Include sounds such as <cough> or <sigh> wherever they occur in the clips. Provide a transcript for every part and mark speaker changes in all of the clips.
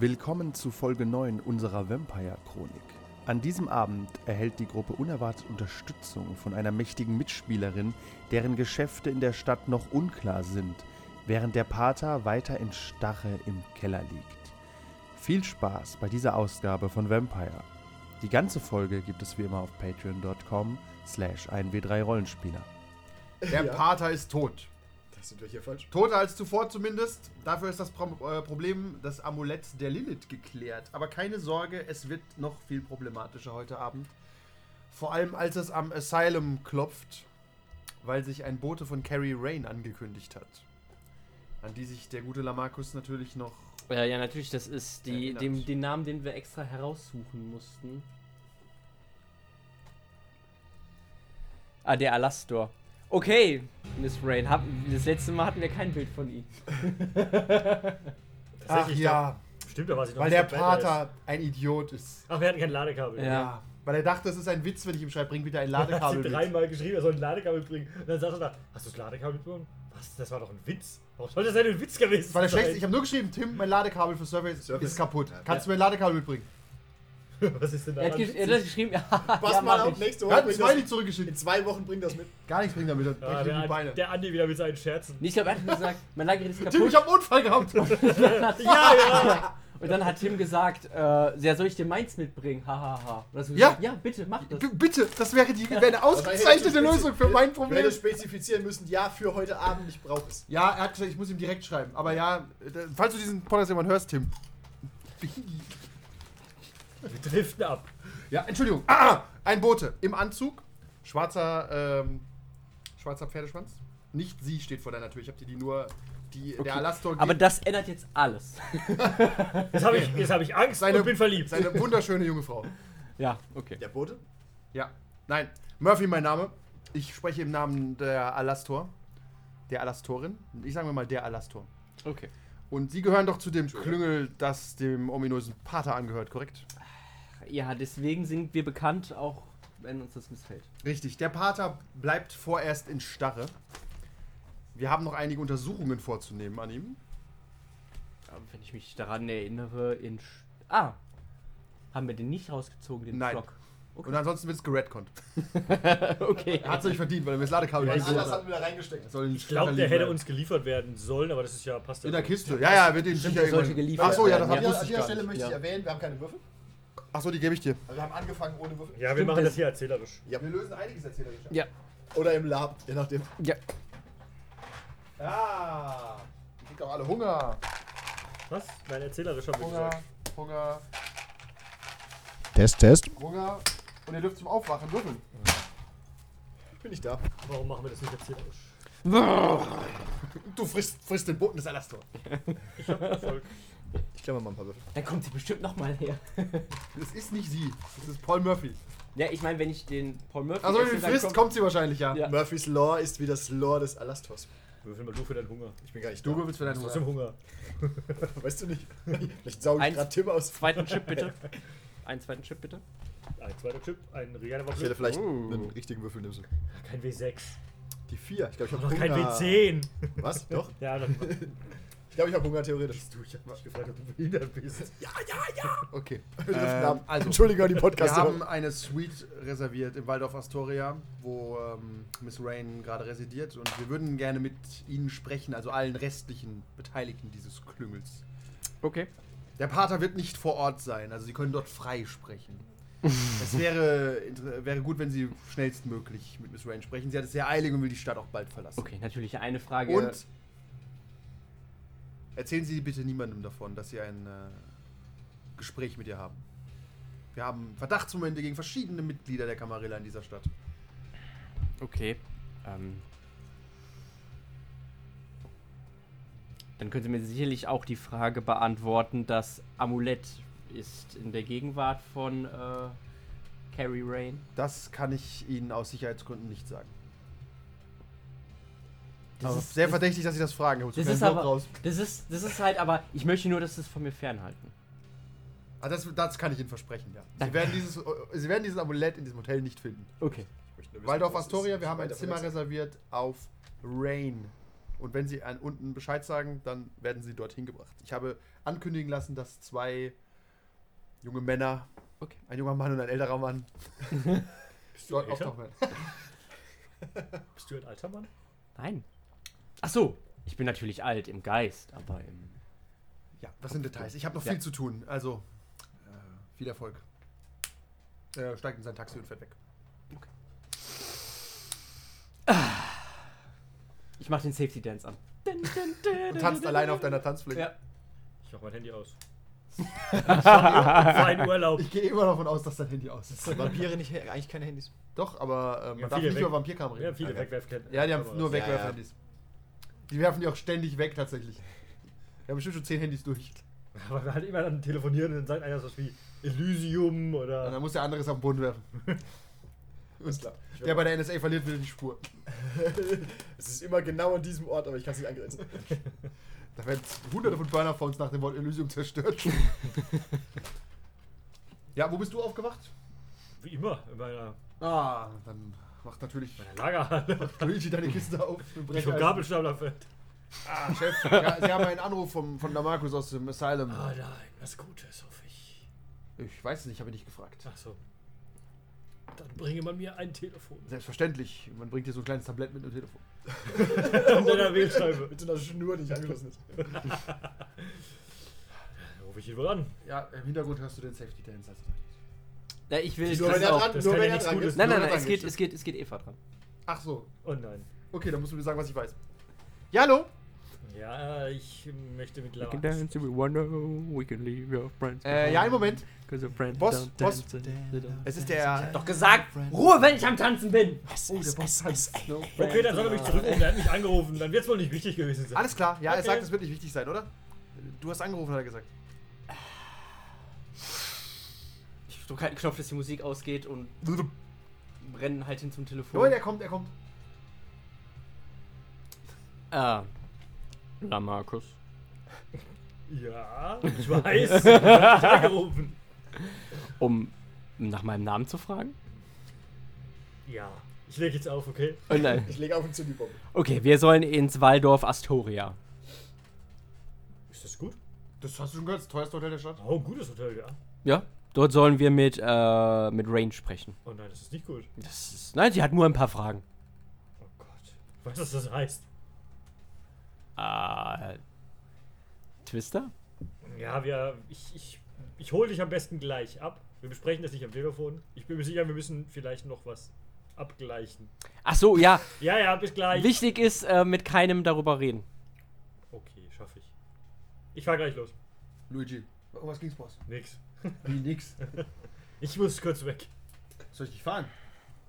Speaker 1: Willkommen zu Folge 9 unserer Vampire-Chronik. An diesem Abend erhält die Gruppe unerwartet Unterstützung von einer mächtigen Mitspielerin, deren Geschäfte in der Stadt noch unklar sind, während der Pater weiter in Starre im Keller liegt. Viel Spaß bei dieser Ausgabe von Vampire. Die ganze Folge gibt es wie immer auf patreon.com slash 1w3rollenspieler.
Speaker 2: Der Pater ist tot.
Speaker 3: Das sind wir hier falsch.
Speaker 2: Toter als zuvor zumindest. Dafür ist das Pro äh, Problem des Amuletts der Lilith geklärt. Aber keine Sorge, es wird noch viel problematischer heute Abend. Vor allem als es am Asylum klopft, weil sich ein Bote von Carrie Rain angekündigt hat. An die sich der gute Lamarcus natürlich noch.
Speaker 4: Ja, ja, natürlich, das ist die,
Speaker 2: Erinnert.
Speaker 4: dem, den Namen, den wir extra heraussuchen mussten. Ah, der Alastor. Okay, Miss Rain, hab, das letzte Mal hatten wir kein Bild von ihm.
Speaker 2: Ach
Speaker 3: Tatsächlich,
Speaker 2: ja,
Speaker 3: da- Stimmt, da war ich noch
Speaker 2: weil
Speaker 3: nicht
Speaker 2: der
Speaker 3: so bad
Speaker 2: Pater ein Idiot ist.
Speaker 3: Ach, wir hatten kein Ladekabel.
Speaker 4: Ja.
Speaker 2: Weil er dachte, es ist ein Witz, wenn ich ihm schreibe, bring wieder ein
Speaker 3: Er hat sie
Speaker 2: Ladekabel mit.
Speaker 3: dreimal geschrieben, er soll ein Ladekabel bringen. Und dann sagt er da, hast du das Ladekabel mitgenommen? Was? Das war doch ein Witz. Warum soll das denn ein Witz gewesen
Speaker 2: Weil der
Speaker 3: sein?
Speaker 2: schlechteste, ich habe nur geschrieben, Tim, mein Ladekabel für Service,
Speaker 3: Service.
Speaker 2: ist kaputt. Kannst du mir ein Ladekabel mitbringen?
Speaker 3: Was ist denn da?
Speaker 4: Er hat, gesch er hat geschrieben, <laughs> ja,
Speaker 5: Pass
Speaker 4: ja,
Speaker 5: mal
Speaker 4: mach
Speaker 5: auf,
Speaker 4: ich.
Speaker 5: nächste
Speaker 2: Wir
Speaker 5: Woche.
Speaker 2: hatten
Speaker 5: bringt
Speaker 2: zwei,
Speaker 5: das,
Speaker 2: die zurückgeschickt.
Speaker 5: in zwei Wochen bring das mit.
Speaker 2: Gar nichts bringen damit, dann breche
Speaker 3: ah,
Speaker 2: ich mir die
Speaker 3: der,
Speaker 2: Beine.
Speaker 3: der Andi wieder mit seinen Scherzen.
Speaker 4: Ich glaube, er hat gesagt, mein Lagergerät ist
Speaker 2: Tim, ich
Speaker 4: kaputt.
Speaker 2: hab einen Unfall gehabt.
Speaker 3: <laughs> ja, ja!
Speaker 4: Und dann hat Tim gesagt, äh, ja, soll ich dir meins mitbringen? Hahaha. Ha, ha. Und hast du
Speaker 2: Ja.
Speaker 4: gesagt, ja, bitte, mach das.
Speaker 2: B bitte, das wäre, die, wäre eine
Speaker 5: Aber hey,
Speaker 2: ausgezeichnete
Speaker 5: ich-
Speaker 2: Lösung für
Speaker 5: ich-
Speaker 2: mein
Speaker 5: Wir hätten
Speaker 2: Problem.
Speaker 5: spezifizieren müssen, ja, für heute Abend, ich brauche es.
Speaker 2: Ja, er hat gesagt, ich muss ihm direkt schreiben. Aber ja, da- falls du diesen Podcast irgendwann hörst, Tim.
Speaker 3: Wir driften ab.
Speaker 2: Ja, Entschuldigung. Ah, ein Bote im Anzug. Schwarzer, ähm, schwarzer Pferdeschwanz. Nicht sie steht vor deiner Tür. Ich hab dir die nur, die, der Alastor
Speaker 4: Aber
Speaker 2: gibt-
Speaker 4: das ändert jetzt alles.
Speaker 3: Jetzt habe ich, jetzt hab ich Angst
Speaker 2: Seine-
Speaker 3: und bin verliebt.
Speaker 2: Seine wunderschöne junge Frau.
Speaker 4: Ja, okay.
Speaker 5: Der Bote?
Speaker 2: Ja, nein. Murphy, mein Name. Ich spreche im Namen der Alastor. Der Alastorin. Ich sage mal der Alastor.
Speaker 4: Okay.
Speaker 2: Und Sie gehören doch zu dem Klüngel, das dem ominösen Pater angehört, korrekt?
Speaker 4: Ja, deswegen sind wir bekannt, auch wenn uns das missfällt.
Speaker 2: Richtig. Der Pater bleibt vorerst in Starre. Wir haben noch einige Untersuchungen vorzunehmen an ihm.
Speaker 4: Aber wenn ich mich daran erinnere, in. Sch ah! Haben wir den nicht rausgezogen, den
Speaker 2: Nein.
Speaker 4: Block?
Speaker 2: Und ansonsten wird es geredconnt.
Speaker 4: <laughs> Okay.
Speaker 2: Er hat es nicht verdient, weil er mir das Ladekabel
Speaker 3: Ja,
Speaker 5: Was
Speaker 3: ich-
Speaker 2: reingeholt
Speaker 5: anderes
Speaker 2: hat.
Speaker 5: haben wir da reingesteckt.
Speaker 2: Soll in
Speaker 3: Ich glaube,
Speaker 2: Starre
Speaker 3: der
Speaker 2: liegen
Speaker 3: hätte
Speaker 2: bleiben.
Speaker 3: uns geliefert werden sollen, aber das ist ja passt ja
Speaker 2: In der
Speaker 3: so.
Speaker 2: Kiste. Ja, ja, wird ihm sicher
Speaker 4: der sollte
Speaker 2: irgendwann-
Speaker 4: geliefert
Speaker 2: Ach so, ja,
Speaker 4: werden,
Speaker 2: das
Speaker 5: An
Speaker 2: hab
Speaker 4: ja.
Speaker 2: ich
Speaker 5: dieser, an
Speaker 2: nicht
Speaker 5: dieser Stelle
Speaker 2: geahnt.
Speaker 5: möchte
Speaker 4: Ja.
Speaker 5: ich erwähnen, wir haben keine Würfel.
Speaker 2: Ach so, die gebe ich dir.
Speaker 5: Also wir haben angefangen ohne Würfel.
Speaker 3: Ja, wir
Speaker 4: Stimmt,
Speaker 3: machen
Speaker 4: das-
Speaker 3: das hier erzählerisch.
Speaker 5: Ja,
Speaker 2: Wir lösen einiges erzählerisch.
Speaker 4: Ja.
Speaker 5: oder im Lab, je nachdem.
Speaker 4: Ja.
Speaker 2: Ah, die kriegt auch alle Hunger.
Speaker 3: Was? Nein, erzählerisch haben wir
Speaker 2: Hunger,
Speaker 3: gesagt.
Speaker 2: Hunger,
Speaker 5: Test, Test.
Speaker 2: Hunger. Und ihr dürft zum Aufwachen würfeln.
Speaker 5: Bin ich da.
Speaker 3: Warum machen wir das nicht erzählerisch?
Speaker 2: <laughs> Du frisst, frisst den Boten des Alastor.
Speaker 3: Erfolg.
Speaker 5: Ich klemme mal ein paar Würfel.
Speaker 4: Dann kommt sie bestimmt nochmal her.
Speaker 2: Das ist nicht sie, das ist Paul Murphy.
Speaker 4: Ja, ich meine, wenn ich den Paul Murphy.
Speaker 2: Also wenn du
Speaker 4: esse,
Speaker 2: ihn
Speaker 4: dann
Speaker 2: frisst, kommt, sie wahrscheinlich, ja.
Speaker 4: Ja.
Speaker 5: Murphys Law ist wie das Law des Alastors.
Speaker 3: Würfel mal du für deinen Hunger.
Speaker 5: Ich bin gar nicht
Speaker 2: Du
Speaker 5: da.
Speaker 2: würfelst für deinen
Speaker 3: Trotzdem
Speaker 2: Hunger.
Speaker 3: Hunger.
Speaker 5: Weißt du nicht? Vielleicht sauge ich
Speaker 4: Eins.
Speaker 5: gerade Tim aus.
Speaker 4: Zweiten Chip bitte. Einen zweiten Chip bitte.
Speaker 3: Ein zweiter Chip, ein regaler
Speaker 5: Ich hätte
Speaker 3: Waffel.
Speaker 5: vielleicht
Speaker 2: Oh.
Speaker 5: einen richtigen Würfel nehmen sollen.
Speaker 3: Kein W6.
Speaker 5: Die 4. Ich glaube, ich habe
Speaker 3: Noch kein
Speaker 5: Hunger.
Speaker 3: W10.
Speaker 5: Was? Doch?
Speaker 3: <laughs> Ja, dann bist
Speaker 5: Ich glaube, ich habe Hunger theoretisch.
Speaker 3: du. Ich hab mich gefragt, ob du behindert bist.
Speaker 5: Ja, ja, ja.
Speaker 2: Okay.
Speaker 5: Wir driften
Speaker 2: <laughs> Ähm,
Speaker 5: ab.
Speaker 2: also,
Speaker 5: Entschuldigung an die
Speaker 2: wir
Speaker 5: Podcaster.
Speaker 2: haben eine Suite reserviert im Waldorf Astoria, wo ähm, Miss Rain gerade residiert. Und wir würden gerne mit Ihnen sprechen, also allen restlichen Beteiligten dieses Klüngels.
Speaker 4: Okay.
Speaker 2: Der Pater wird nicht vor Ort sein, also Sie können dort frei sprechen. es wäre, inter- wäre gut, wenn Sie schnellstmöglich mit Miss Rain sprechen. Sie hat es sehr eilig und will die Stadt auch bald verlassen.
Speaker 4: Okay, natürlich eine Frage.
Speaker 2: Und erzählen Sie bitte niemandem davon, dass Sie ein äh, Gespräch mit ihr haben. Wir haben Verdachtsmomente gegen verschiedene Mitglieder der Kamarilla in dieser Stadt.
Speaker 4: Okay. Ähm. Dann können Sie mir sicherlich auch die Frage beantworten, das Amulett ist in der Gegenwart von äh, Carrie Rain.
Speaker 2: Das kann ich Ihnen aus Sicherheitsgründen nicht sagen.
Speaker 4: Das
Speaker 2: aber
Speaker 4: ist-
Speaker 2: sehr
Speaker 4: das-
Speaker 2: verdächtig, dass Sie das fragen. Holst du
Speaker 4: Das
Speaker 2: keinen
Speaker 4: ist
Speaker 2: Block
Speaker 4: aber- Das ist, das ist halt, aber ich möchte nur, dass Sie es von mir fernhalten.
Speaker 2: Ah, das, das kann ich Ihnen versprechen, ja. Sie
Speaker 4: Danke.
Speaker 2: werden, dieses, Sie werden dieses Amulett in diesem Hotel nicht finden.
Speaker 4: Okay.
Speaker 5: Ich möchte nur wissen,
Speaker 2: Waldorf
Speaker 5: was es ist.
Speaker 2: Astoria,
Speaker 5: Ich
Speaker 2: wir haben ein
Speaker 5: weiter
Speaker 2: Zimmer
Speaker 5: verletzt.
Speaker 2: reserviert auf Rain.
Speaker 5: Und wenn sie an unten Bescheid sagen, dann werden sie dorthin gebracht. Ich habe ankündigen lassen, dass zwei junge Männer,
Speaker 4: Okay.
Speaker 5: ein junger Mann und ein älterer
Speaker 3: <laughs>
Speaker 5: Mann, <laughs>
Speaker 3: Bist du,
Speaker 5: dort
Speaker 3: ein alter?
Speaker 5: auftauchen werden.
Speaker 3: Bist du ein alter Mann?
Speaker 4: Nein. Ach so, ich bin natürlich alt im Geist, aber im.
Speaker 5: Ja, das sind Details. Ich habe noch
Speaker 4: Ja.
Speaker 5: viel zu tun. Also, äh, viel Erfolg. Er steigt in sein Taxi und fährt weg.
Speaker 4: Ich mache den Safety Dance an.
Speaker 5: Und
Speaker 3: <laughs>
Speaker 5: tanzt alleine auf deiner Tanzfläche.
Speaker 4: Ja.
Speaker 3: Ich mach mein Handy aus. ich war fein Urlaub.
Speaker 5: Ich gehe immer davon aus, dass dein Handy aus
Speaker 3: <laughs>
Speaker 5: ist.
Speaker 6: Vampire nicht, eigentlich keine Handys.
Speaker 5: Doch, aber äh, man
Speaker 3: Ja,
Speaker 5: darf
Speaker 3: viele
Speaker 5: nicht über
Speaker 3: weg-
Speaker 5: Vampirkram reden.
Speaker 3: Wir haben viele
Speaker 5: Okay.
Speaker 3: Wegwerfketten.
Speaker 5: Ja, die haben
Speaker 3: Aber
Speaker 5: nur
Speaker 3: <laughs> das-
Speaker 5: Wegwerfhandys. Die werfen die auch ständig weg, tatsächlich. Die haben bestimmt schon zehn Handys durch.
Speaker 3: Weil wir halt immer dann telefonieren und dann sagt einer sowas wie Elysium
Speaker 5: Und dann
Speaker 3: oder.
Speaker 5: muss der andere es auf den Boden werfen.
Speaker 6: <laughs> Alles klar. Ich
Speaker 5: Der bei der NSA verliert wieder die Spur.
Speaker 6: <laughs> es ist immer genau an diesem Ort, aber ich kann es nicht angrenzen.
Speaker 5: <laughs> Da werden hunderte von Burner-Phones nach dem Wort Elysium
Speaker 6: <laughs>
Speaker 5: zerstört. ja, wo bist du aufgewacht?
Speaker 3: Wie immer, in meiner,
Speaker 5: Ah, dann macht natürlich
Speaker 3: meiner Lagerhalle.
Speaker 5: Luigi deine Kiste auf. mit
Speaker 3: Ich vom
Speaker 5: Brecheisen.
Speaker 3: Gabelstapler fällt.
Speaker 5: Ah, Chef, ja, Sie haben einen Anruf vom, von Damarkus aus dem Asylum.
Speaker 3: Ah nein, was Gutes, hoffe ich.
Speaker 5: Ich weiß es nicht, habe ich nicht gefragt.
Speaker 3: Achso. Dann bringe man mir ein Telefon.
Speaker 5: <laughs> Selbstverständlich, man bringt dir so ein kleines Tablett mit dem Telefon.
Speaker 3: Unter der Wählscheibe.
Speaker 6: Mit so einer Schnur, die nicht angeschlossen ist.
Speaker 3: Dann rufe ich ihn wohl an.
Speaker 5: Ja, im Hintergrund hörst du den Safety Dance. Also.
Speaker 4: Na, ich will.
Speaker 6: Nur
Speaker 4: das
Speaker 6: wenn er
Speaker 4: auch-
Speaker 6: dran,
Speaker 3: das
Speaker 6: nur
Speaker 3: kann
Speaker 6: wenn
Speaker 3: ja
Speaker 6: er
Speaker 3: nichts
Speaker 6: dran
Speaker 3: Gutes
Speaker 6: ist.
Speaker 4: Nein, nein,
Speaker 6: Nur
Speaker 4: nein,
Speaker 6: wenn er
Speaker 4: es
Speaker 6: dran
Speaker 4: geht,
Speaker 6: ist.
Speaker 4: es geht, es geht Eva dran.
Speaker 5: Ach so,
Speaker 3: Oh nein.
Speaker 5: okay, dann musst du mir sagen, was ich weiß. Ja, hallo?
Speaker 3: Ja, ich möchte mit
Speaker 7: We can
Speaker 3: Lava.
Speaker 7: dance if we want to. We can leave your friends.
Speaker 5: Äh, ja, einen Moment.
Speaker 7: Because your friends
Speaker 5: Boss,
Speaker 7: don't
Speaker 5: Boss.
Speaker 7: dance. and they don't
Speaker 5: Es ist der.
Speaker 4: Doch gesagt, Ruhe, wenn ich am Tanzen bin.
Speaker 5: Oh, der Boss tanzt. No.
Speaker 3: Okay, dann soll er mich zurückrufen. Er hat mich angerufen. Dann wird es wohl nicht wichtig gewesen sein.
Speaker 5: Alles klar, ja, er
Speaker 3: Okay.
Speaker 5: sagt, es wird nicht wichtig sein, oder? Du hast angerufen, hat er gesagt.
Speaker 4: Ich drücke halt einen Knopf, dass die Musik ausgeht und rennen halt hin zum
Speaker 5: Leute,
Speaker 4: Telefon.
Speaker 5: er kommt, er kommt.
Speaker 4: Ah. La Markus.
Speaker 3: Ja, ich weiß. Ich hab dich angerufen.
Speaker 4: Um nach meinem Namen zu fragen?
Speaker 3: Ja. Ich lege jetzt auf, okay?
Speaker 4: Oh nein.
Speaker 6: Ich lege auf den Zündibombe.
Speaker 4: Okay, wir sollen ins Waldorf Astoria.
Speaker 3: Ist das gut?
Speaker 5: Das hast du schon gehört, das teuerste Hotel der Stadt.
Speaker 3: Oh, ein gutes Hotel, ja.
Speaker 4: Ja. Dort sollen wir mit, äh, mit Rain sprechen.
Speaker 3: Oh nein, das ist nicht gut.
Speaker 4: Das ist, nein, sie hat nur ein paar Fragen.
Speaker 3: Oh Gott. Ich weiß, was das heißt.
Speaker 4: Äh. Twister?
Speaker 3: Ja, wir. Ich, ich, ich hole dich am besten gleich ab. Wir besprechen das nicht am Telefon. Ich bin mir sicher, wir müssen vielleicht noch was abgleichen.
Speaker 4: Ach so, ja.
Speaker 3: Ja, ja, bis gleich.
Speaker 4: Wichtig ist, äh, mit keinem darüber reden.
Speaker 3: Okay, schaffe ich. Ich fahr gleich los.
Speaker 5: Luigi. Um was ging's, Boss?
Speaker 3: Nix.
Speaker 5: Wie nix.
Speaker 3: Ich muss kurz weg.
Speaker 5: Soll ich dich fahren?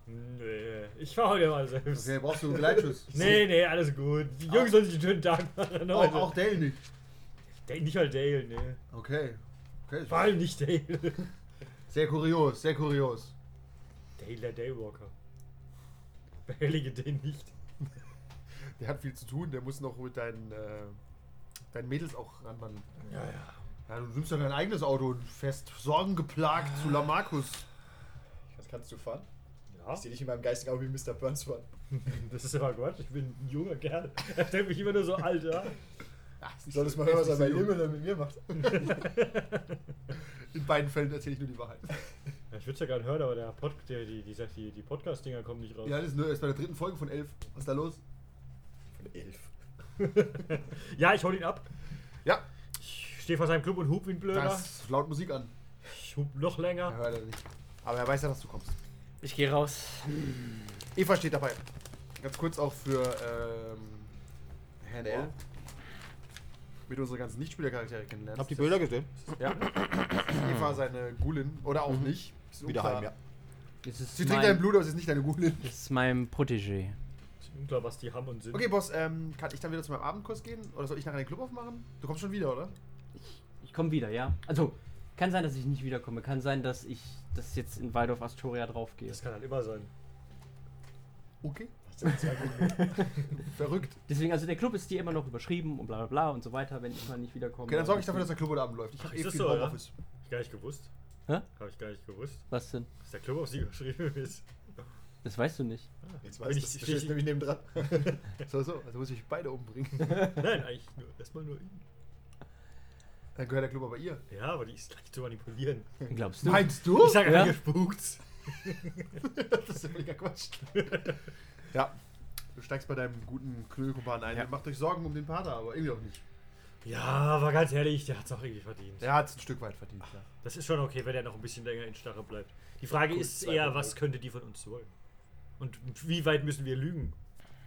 Speaker 3: Nee, ich fahr heute mal selbst.
Speaker 5: Okay, brauchst du einen Gleitschuss?
Speaker 3: <laughs> Nee, nee, alles gut. Die Jungs sollen sich einen schönen Tag machen.
Speaker 5: Auch,
Speaker 3: heute.
Speaker 5: auch Dale nicht.
Speaker 3: Dale, nicht mal Dale, nee.
Speaker 5: Okay. Okay.
Speaker 3: Vor allem nicht Dale.
Speaker 5: Sehr kurios, sehr kurios.
Speaker 3: Dale, der Daywalker. Behellige den nicht.
Speaker 5: Der hat viel zu tun, der muss noch mit deinen, äh, deinen Mädels auch ranwandeln.
Speaker 3: Ja, ja.
Speaker 5: Ja, du nimmst ja dein eigenes Auto und fährst sorgengeplagt zu Lamarcus.
Speaker 6: Was kannst du fahren?
Speaker 3: Ja,
Speaker 6: Ich sehe dich in meinem geistigen Auge wie Mr. Burns fahren.
Speaker 3: das ist aber Quatsch. Ich bin ein junger Kerl. Er stellt mich immer nur so alt an.
Speaker 6: Du solltest mal hören, was er bei Himmel dann mit mir macht.
Speaker 5: <laughs> In beiden Fällen erzähle ich nur die Wahrheit.
Speaker 3: Ja, ich würde es ja gerne hören, aber der Pod, der, die, die, sagt, die, die Podcast-Dinger kommen nicht raus.
Speaker 5: Ja, das ist nur erst bei der dritten Folge von elf. Was ist da los?
Speaker 6: Von elf.
Speaker 3: Ja, ich hol ihn ab.
Speaker 5: Ja.
Speaker 3: Ich stehe vor seinem Club und hub wie ein Blöder.
Speaker 5: Da ist laut Musik an.
Speaker 3: Ich hub noch
Speaker 5: Er
Speaker 3: länger.
Speaker 5: hört er nicht. Aber er weiß ja, dass du kommst.
Speaker 4: Ich gehe raus.
Speaker 5: Eva steht dabei. Ganz kurz auch für ähm, Herrn L. Mit unseren ganzen Nichtspielercharaktere kennenlernen.
Speaker 6: Hab die Bilder gesehen? Mhm.
Speaker 5: Ja. Eva seine Gulin. Oder auch nicht. Ist
Speaker 6: Wieder
Speaker 5: unklar.
Speaker 6: heim, ja.
Speaker 4: Es ist
Speaker 5: Sie trinkt dein Blut, aber es ist nicht deine Gulin.
Speaker 4: Das ist mein Protégé.
Speaker 3: Ist unklar, was die haben und sind.
Speaker 5: Okay, Boss, ähm, kann ich dann wieder zu meinem Abendkurs gehen? Oder soll ich nachher den Club aufmachen? Du kommst schon wieder, oder?
Speaker 4: Ich komme wieder, ja? Also, kann sein, dass ich nicht wiederkomme. Kann sein, dass ich das jetzt in Waldorf Astoria draufgehe.
Speaker 3: Das kann halt immer sein.
Speaker 5: Okay.
Speaker 6: Das war gut.
Speaker 5: <laughs> Verrückt.
Speaker 4: Deswegen, also der Club ist hier immer noch überschrieben und bla bla bla und so weiter, wenn ich mal nicht wiederkomme.
Speaker 5: Okay, dann sorge ich dafür, dass der Club heute Abend läuft. Ich
Speaker 3: Ach,
Speaker 5: habe
Speaker 3: ist
Speaker 5: eh
Speaker 3: das
Speaker 5: viel
Speaker 3: so, ja?
Speaker 5: Homeoffice.
Speaker 3: Hab ich gar nicht gewusst.
Speaker 4: Hä?
Speaker 3: Hab ich gar nicht gewusst,
Speaker 4: Was denn?
Speaker 3: <laughs> dass der Club auf sie geschrieben ist.
Speaker 4: Das weißt du nicht.
Speaker 6: Jetzt
Speaker 3: Wenn
Speaker 6: weiß
Speaker 3: ich-
Speaker 6: ich, das,
Speaker 3: ich-
Speaker 6: das steht
Speaker 3: ich-
Speaker 6: nämlich neben dran.
Speaker 5: <laughs> So, so, also muss ich beide umbringen.
Speaker 3: Nein, eigentlich nur. Erstmal nur ihn.
Speaker 5: Dann gehört der Club aber ihr.
Speaker 3: Ja, aber die ist leicht zu manipulieren.
Speaker 4: Glaubst du?
Speaker 5: Meinst du?
Speaker 3: Ich sage
Speaker 4: Oh, Ja.
Speaker 3: ja. gespukt.
Speaker 5: das ist ja völliger Quatsch. <laughs> ja. Du steigst bei deinem guten Knüllkumpan ein.
Speaker 2: Ja.
Speaker 5: Macht euch Sorgen um den Pater, aber irgendwie auch nicht.
Speaker 3: Ja, aber ganz ehrlich, der hat's auch irgendwie verdient.
Speaker 5: Der hat es ein Stück weit verdient, ja.
Speaker 3: Das ist schon okay, wenn er noch ein bisschen länger in Starre bleibt. Die Frage
Speaker 6: Gut,
Speaker 3: ist
Speaker 6: zwei
Speaker 3: eher,
Speaker 6: Wochen.
Speaker 3: was könnte die von uns wollen? Und wie weit müssen wir lügen?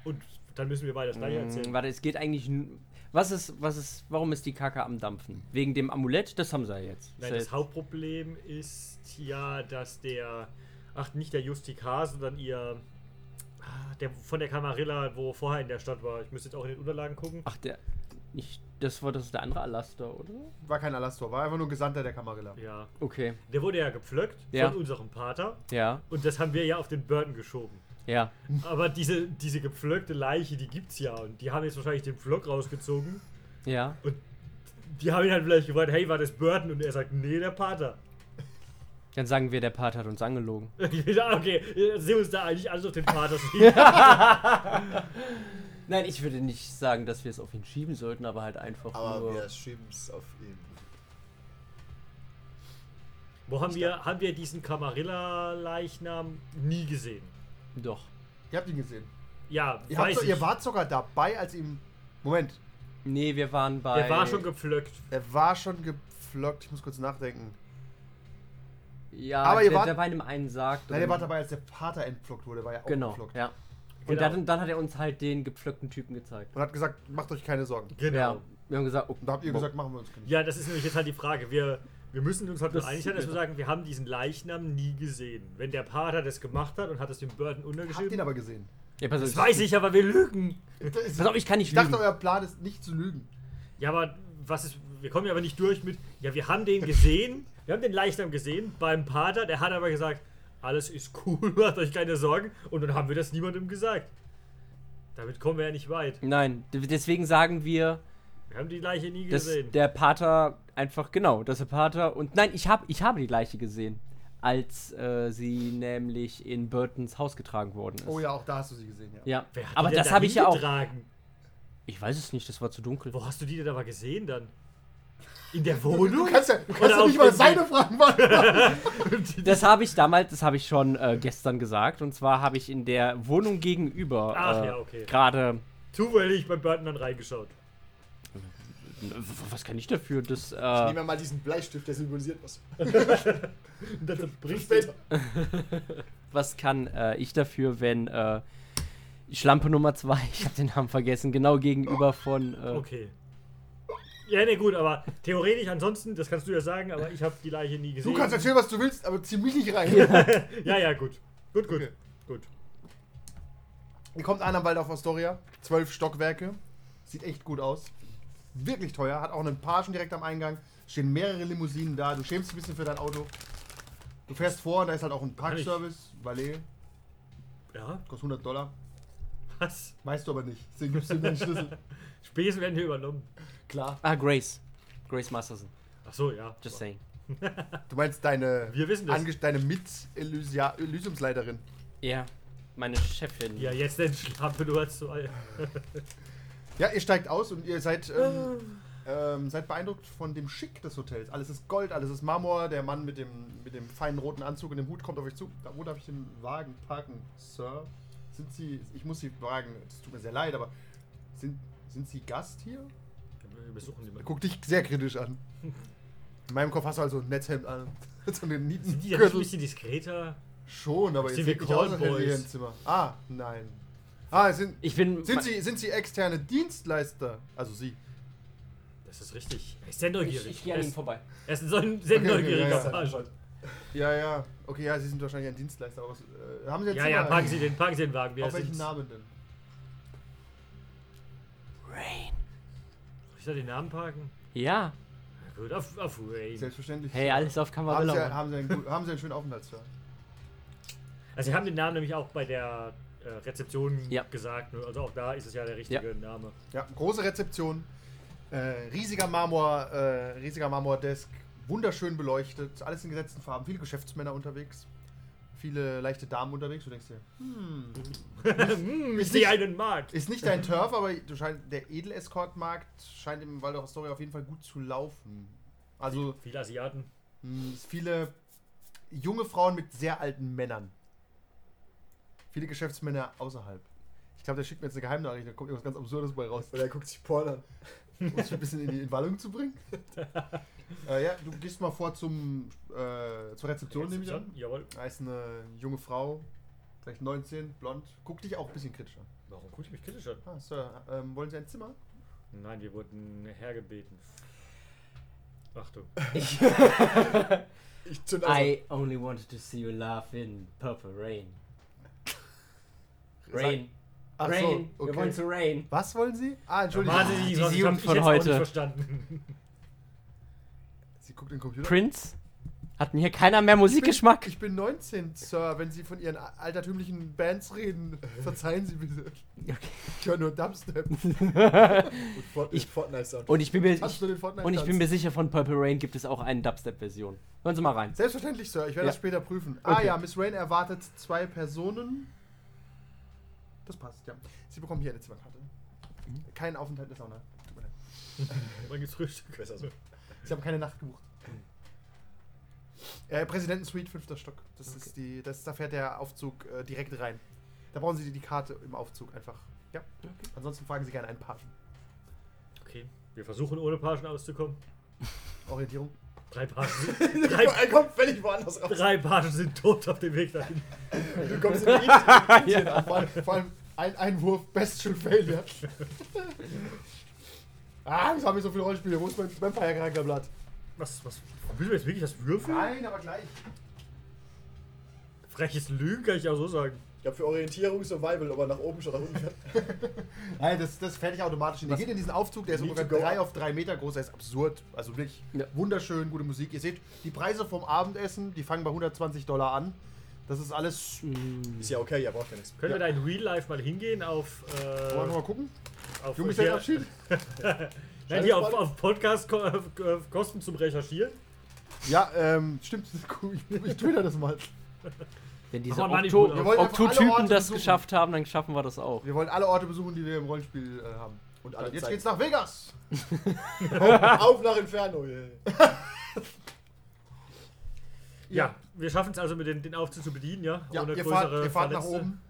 Speaker 3: Und dann müssen wir beide das gleiche
Speaker 4: Mm,
Speaker 3: erzählen.
Speaker 4: Warte, es geht eigentlich. n- Was ist, was ist, warum ist die Kacke am Dampfen? Wegen dem Amulett? Das haben sie ja jetzt.
Speaker 3: Nein,
Speaker 4: Ist
Speaker 3: das Hauptproblem ist ja, dass der, ach nicht der Justikar, sondern ihr, ah, der von der Camarilla, wo vorher in der Stadt war. Ich müsste jetzt auch in den Unterlagen gucken.
Speaker 4: Ach, der. Nicht, das war das ist der andere Alaster, oder?
Speaker 5: War kein Alastor, war einfach nur ein Gesandter der Kamarilla.
Speaker 3: Ja,
Speaker 4: Okay.
Speaker 3: der wurde ja gepflückt
Speaker 4: Ja.
Speaker 3: von unserem Pater
Speaker 4: Ja,
Speaker 3: und das haben wir ja auf den Burton geschoben.
Speaker 4: ja.
Speaker 3: Aber diese, diese gepflöckte Leiche, die gibt's ja und die haben jetzt wahrscheinlich den Pflock rausgezogen
Speaker 4: Ja.
Speaker 3: und die haben ihn halt vielleicht gefragt, hey, war das Burton? Und er sagt, nee, der Pater. <laughs>
Speaker 4: Dann sagen wir, der Part hat uns angelogen.
Speaker 3: Ja, okay, äh, sehen wir uns da eigentlich alles auf den Pater. schieben.
Speaker 4: Nein, ich würde nicht sagen, dass wir es auf ihn schieben sollten, aber halt einfach
Speaker 6: Aber
Speaker 4: nur.
Speaker 6: wir schieben's auf ihn.
Speaker 3: Wo haben
Speaker 6: Ich
Speaker 3: wir, haben wir diesen Camarilla-Leichnam nie gesehen?
Speaker 4: Doch.
Speaker 5: Ihr habt ihn gesehen.
Speaker 3: Ja,
Speaker 5: Ihr, habt
Speaker 3: weiß
Speaker 5: so,
Speaker 3: ich.
Speaker 5: ihr wart sogar dabei, als ihm. Moment,
Speaker 4: Nee, wir waren bei.
Speaker 3: der war schon gepflöckt.
Speaker 5: er war schon gepflockt. Ich muss kurz nachdenken.
Speaker 4: Ja,
Speaker 5: Aber
Speaker 4: aber
Speaker 5: ihr
Speaker 4: der,
Speaker 5: wart-
Speaker 4: der war in einem einen Sarg
Speaker 5: Nein, er war
Speaker 4: drin.
Speaker 5: dabei, als der Pater entpflockt wurde, war er auch
Speaker 4: Genau,
Speaker 5: gepflockt.
Speaker 4: ja. Und
Speaker 3: Genau.
Speaker 4: dann, dann hat er uns halt den gepflöckten Typen gezeigt.
Speaker 5: Und hat gesagt, macht euch keine Sorgen.
Speaker 3: Genau.
Speaker 4: Ja, wir haben gesagt, oh,
Speaker 5: Und da habt ihr
Speaker 4: Bock.
Speaker 5: gesagt, machen wir uns keine Sorgen.
Speaker 3: Ja, das ist nämlich jetzt halt die Frage. Wir, wir müssen uns halt nur
Speaker 4: Das-
Speaker 3: einig sein, dass wir sagen, wir haben diesen Leichnam nie gesehen. Wenn der Pater das gemacht hat und hat es dem Burton
Speaker 5: Habt
Speaker 3: untergeschrieben.
Speaker 5: ihn aber gesehen.
Speaker 4: ja, pass auf,
Speaker 3: das weiß ich, aber wir lügen.
Speaker 4: Pass auf, ich kann nicht
Speaker 5: Ich dachte,
Speaker 4: lügen.
Speaker 5: euer Plan ist nicht zu lügen.
Speaker 3: Ja, aber was ist. Wir kommen ja aber nicht durch mit. Ja, wir haben den gesehen. Wir haben den Leichnam gesehen beim Pater. Der hat aber gesagt, alles ist cool, <laughs> macht euch keine Sorgen. Und dann haben wir das niemandem gesagt. Damit kommen wir ja nicht weit.
Speaker 4: Nein, d- deswegen sagen wir,
Speaker 3: Wir haben die Leiche nie
Speaker 4: dass
Speaker 3: gesehen.
Speaker 4: der Pater einfach, genau, dass der Pater und nein, ich, hab, ich habe die Leiche gesehen, als äh, sie nämlich in Burtons Haus getragen worden ist.
Speaker 5: Oh ja, auch da hast du sie gesehen, ja.
Speaker 4: Ja,
Speaker 3: Wer hat die
Speaker 4: aber
Speaker 3: denn
Speaker 4: das
Speaker 3: da
Speaker 4: habe ich ja auch.
Speaker 3: hingetragen?
Speaker 4: Ich weiß es nicht, das war zu dunkel.
Speaker 3: Wo hast du die denn aber gesehen dann? In der
Speaker 5: Du
Speaker 4: <laughs>
Speaker 3: Wohnung?
Speaker 5: kannst ja, du kannst ja
Speaker 3: auf
Speaker 5: nicht mal
Speaker 3: dem
Speaker 5: seine Fragen
Speaker 3: <laughs>
Speaker 5: beantworten.
Speaker 4: Das habe ich damals, das habe ich schon äh, gestern gesagt. Und zwar habe ich in der Wohnung gegenüber
Speaker 3: Ach
Speaker 4: äh,
Speaker 3: ja, okay.
Speaker 4: gerade.
Speaker 3: Zufällig beim Burton
Speaker 4: <laughs>
Speaker 3: dann reingeschaut.
Speaker 4: W- w- Was kann ich dafür? Das,
Speaker 6: Ich
Speaker 4: äh,
Speaker 6: nehme mal diesen Bleistift, der symbolisiert was.
Speaker 3: Und dann bricht
Speaker 6: Später.
Speaker 4: was kann äh, ich dafür, wenn äh, Schlampe Nummer 2, <laughs> ich habe den Namen vergessen, genau gegenüber von. Äh,
Speaker 3: Okay. Ja, ne, gut, aber theoretisch ansonsten, das kannst du ja sagen, aber ich habe die Leiche nie gesehen.
Speaker 5: Du kannst erzählen, was du willst, aber zieh mich nicht rein. <laughs>
Speaker 3: <laughs> Ja, ja, gut. Gut, gut.
Speaker 5: Okay.
Speaker 3: Gut.
Speaker 5: Ihr kommt an am Waldorf Astoria. Zwölf Stockwerke. Sieht echt gut aus. Wirklich teuer. Hat auch einen Pagen direkt am Eingang. Stehen mehrere Limousinen da. Du schämst dich ein bisschen für dein Auto. Du fährst vor und da ist halt auch ein
Speaker 3: Kann ich.
Speaker 5: Parkservice. Valet.
Speaker 3: Ja,
Speaker 5: Kostet 100 Dollar.
Speaker 3: was?
Speaker 5: Weißt du aber nicht. Deswegen gibst du ihm den
Speaker 3: <laughs>
Speaker 5: Schlüssel.
Speaker 3: Spesen werden hier übernommen.
Speaker 5: Klar.
Speaker 4: Ah, Grace. Grace Masterson.
Speaker 3: Ach so, ja.
Speaker 4: Just saying.
Speaker 5: Du meinst deine,
Speaker 3: Wir wissen das.
Speaker 5: Ange- deine Mit-Elysiumsleiterin.
Speaker 4: Ja, meine Chefin.
Speaker 3: Ja, jetzt denn Schlampe, du hast so.
Speaker 5: Ja, ihr steigt aus und ihr seid, ähm, ähm, seid beeindruckt von dem Schick des Hotels. Alles ist Gold, alles ist Marmor. Der Mann mit dem, mit dem feinen roten Anzug und dem Hut kommt auf euch zu. Da, wo darf ich den Wagen parken, Sir? Sind Sie, ich muss Sie fragen, es tut mir sehr leid, aber sind, sind Sie Gast hier?
Speaker 3: Wir besuchen die
Speaker 5: Er
Speaker 3: mal.
Speaker 5: guckt dich sehr kritisch an. In meinem Kopf hast du also ein Netzhemd an. <laughs> so einen <laughs>
Speaker 3: Sind die ja nicht
Speaker 5: Nietengürtel.
Speaker 3: ein bisschen diskreter?
Speaker 5: Schon, aber jetzt
Speaker 3: Sind wir
Speaker 5: sieht nicht aus, als hätten
Speaker 3: Callboys?
Speaker 5: wir hier ein Zimmer. Ah, nein. Ah, es sind,
Speaker 4: Ich bin.
Speaker 5: sind, Sie, sind Sie externe Dienstleister? Also Sie.
Speaker 3: Das ist richtig. Er ist sehr neugierig.
Speaker 4: Ich, ich gehe
Speaker 3: er,
Speaker 4: an ihm
Speaker 3: ist,
Speaker 4: vorbei.
Speaker 3: er ist so ein sehr
Speaker 5: Okay, okay,
Speaker 3: neugieriger
Speaker 5: <laughs> ja, ja.
Speaker 3: Page.
Speaker 5: Ja, ja. Okay, ja, Sie sind wahrscheinlich ein Dienstleister. Aber was, äh, haben Sie jetzt
Speaker 3: Ja, ja,
Speaker 5: Zimmer?
Speaker 3: packen Sie den, packen Sie den Wagen. Wir
Speaker 5: Auf welchen
Speaker 3: sind-
Speaker 5: Namen denn?
Speaker 4: Rain.
Speaker 3: Soll ich da den Namen parken?
Speaker 4: Ja.
Speaker 3: Na gut, auf, auf Rain.
Speaker 5: Selbstverständlich.
Speaker 4: Hey, alles auf
Speaker 5: haben Sie,
Speaker 4: Kamarilla.
Speaker 5: haben, Sie einen, gut- haben Sie einen schönen Aufenthalt,
Speaker 3: <laughs>
Speaker 5: Sir?
Speaker 3: Also wir haben den Namen nämlich auch bei der äh, Rezeption
Speaker 4: Ja.
Speaker 3: gesagt. ne? Also auch da ist es ja der richtige
Speaker 5: <laughs>
Speaker 3: Name.
Speaker 5: Ja, große Rezeption. Äh, riesiger Marmor, äh, riesiger Marmordesk. Wunderschön beleuchtet. Alles in gesetzten Farben. Viele Geschäftsmänner unterwegs. viele leichte Damen unterwegs. Du denkst dir, hm,
Speaker 3: Hm, ich sehe einen Markt.
Speaker 5: ist nicht
Speaker 3: <laughs>
Speaker 5: dein Turf, aber du schein, der Edel-Escort-Markt scheint im Waldorf Astoria auf jeden Fall gut zu laufen. Also
Speaker 3: Viele Asiaten.
Speaker 5: hm, es viele junge Frauen mit sehr alten Männern. Viele Geschäftsmänner außerhalb. Ich glaube, der schickt mir jetzt eine Geheimnachricht, da kommt irgendwas ganz Absurdes bei raus.
Speaker 6: Oder er guckt sich Porn an.
Speaker 5: um es ein bisschen in die in Wallung zu
Speaker 6: <laughs>
Speaker 5: bringen. äh, ja, du gehst mal vor zum, äh, zur Rezeption, nehme ich an.
Speaker 3: Jawohl.
Speaker 5: Da ist eine junge Frau, vielleicht 19, blond. Guck dich auch ein bisschen kritisch an.
Speaker 3: Warum gucke ich mich kritisch an?
Speaker 5: Ah, Sir, ähm, wollen Sie ein Zimmer?
Speaker 3: Nein, wir wurden hergebeten. Achtung.
Speaker 6: Ich zünd also.
Speaker 4: I only wanted to see you laugh in Purple Rain. Rain.
Speaker 5: Ach so,
Speaker 4: rain.
Speaker 5: okay.
Speaker 4: Wir wollen zu Rain.
Speaker 5: Was wollen Sie? Ah, Entschuldigung.
Speaker 3: Warte, die,
Speaker 4: Die
Speaker 3: sonst- ich
Speaker 4: Jugend
Speaker 3: hab's- ich
Speaker 4: von
Speaker 3: hätt's Auch
Speaker 4: heute.
Speaker 3: nicht verstanden. <laughs>
Speaker 5: Sie guckt in den Computer.
Speaker 4: Prince? Hat mir keiner mehr Musikgeschmack?
Speaker 5: Ich bin 19, Sir. Wenn Sie von Ihren altertümlichen Bands
Speaker 4: <laughs>
Speaker 5: reden, verzeihen Sie bitte. Ich höre nur Dubstep.
Speaker 4: <laughs>
Speaker 6: Gut, Fort
Speaker 4: Ich-
Speaker 6: Fortnite-Sound.
Speaker 4: Und ich bin mir,
Speaker 5: Hast
Speaker 4: ich,
Speaker 5: du den Fortnite
Speaker 4: und ich bin mir sicher, von Purple Rain gibt es auch eine Dubstep-Version. Hören Sie mal rein.
Speaker 5: Selbstverständlich, Sir. Ich werde
Speaker 4: Ja.
Speaker 5: das später prüfen. Ah
Speaker 4: Okay.
Speaker 5: ja, Miss Rain erwartet zwei Personen. Das passt, ja. Sie bekommen hier eine Zimmerkarte.
Speaker 4: Mhm.
Speaker 5: Kein Aufenthalt in der Sauna. Tut mir leid.
Speaker 3: Wann gibt's Frühstück?
Speaker 6: Besser so.
Speaker 5: Ich habe keine Nacht gebucht. Äh, Präsidentensuite, fünfter Stock. Das ist die, das, da fährt der Aufzug äh, direkt rein. Da brauchen Sie die, die Karte im Aufzug einfach. Ja. Ansonsten fragen Sie gerne einen Pagen.
Speaker 3: Okay. Wir versuchen ohne Pagen auszukommen.
Speaker 5: Orientierung.
Speaker 3: Drei Pagen
Speaker 5: <laughs>
Speaker 3: sind, drei,
Speaker 6: Er kommt völlig woanders raus.
Speaker 3: drei Pagen sind tot auf dem Weg dahin.
Speaker 6: Du kommst in die Ethik.
Speaker 5: Vor allem, vor allem ein Einwurf, Bestial Failure. ah, wieso haben wir so viele Rollenspiele? Wo ist mein Vampire-Charakterblatt?
Speaker 3: Was, was? Willst du jetzt wirklich das Würfeln?
Speaker 5: Nein, aber gleich.
Speaker 3: Freches Lügen kann ich auch so sagen.
Speaker 6: Ich glaube, für Orientierung Survival, ob er nach oben schon nach unten fährt.
Speaker 5: Nein, das, das fährt ich automatisch hin. Ihr geht in diesen Aufzug, der ist
Speaker 6: Need
Speaker 5: ungefähr
Speaker 6: to go
Speaker 5: 3
Speaker 6: up.
Speaker 5: auf 3 Meter groß, der ist absurd. Also wirklich
Speaker 4: Ja.
Speaker 5: wunderschön, gute Musik. Ihr seht, die Preise vom Abendessen, die fangen bei 120 Dollar an. Das ist alles.
Speaker 6: Ist ja okay, ja, braucht ja nichts.
Speaker 3: Können wir da in Real Life mal hingehen auf. Äh,
Speaker 5: Wollen wir mal gucken?
Speaker 3: auf hier,
Speaker 5: Junggesellenabschied?
Speaker 3: nein, hier auf, auf Podcast-Kosten zum Recherchieren.
Speaker 5: Ja, ähm, stimmt. <laughs> Ich, ich twitter das mal.
Speaker 4: Wenn diese
Speaker 3: Aber Mann, ich
Speaker 4: Okto
Speaker 3: wurde- Wir
Speaker 5: wollen einfach alle Orte
Speaker 4: Oktotypen das
Speaker 5: besuchen.
Speaker 4: geschafft haben, dann schaffen wir das auch.
Speaker 5: Wir wollen alle Orte besuchen, die wir im Rollenspiel äh, haben.
Speaker 6: Und alle
Speaker 5: Jetzt
Speaker 6: Zeiten.
Speaker 5: geht's nach Vegas!
Speaker 6: <laughs> Auf nach Inferno. Yeah.
Speaker 3: Ja, wir schaffen es also, mit den, den Aufzug zu bedienen, ja?
Speaker 5: Ja, ihr fahrt, ihr fahrt nach oben.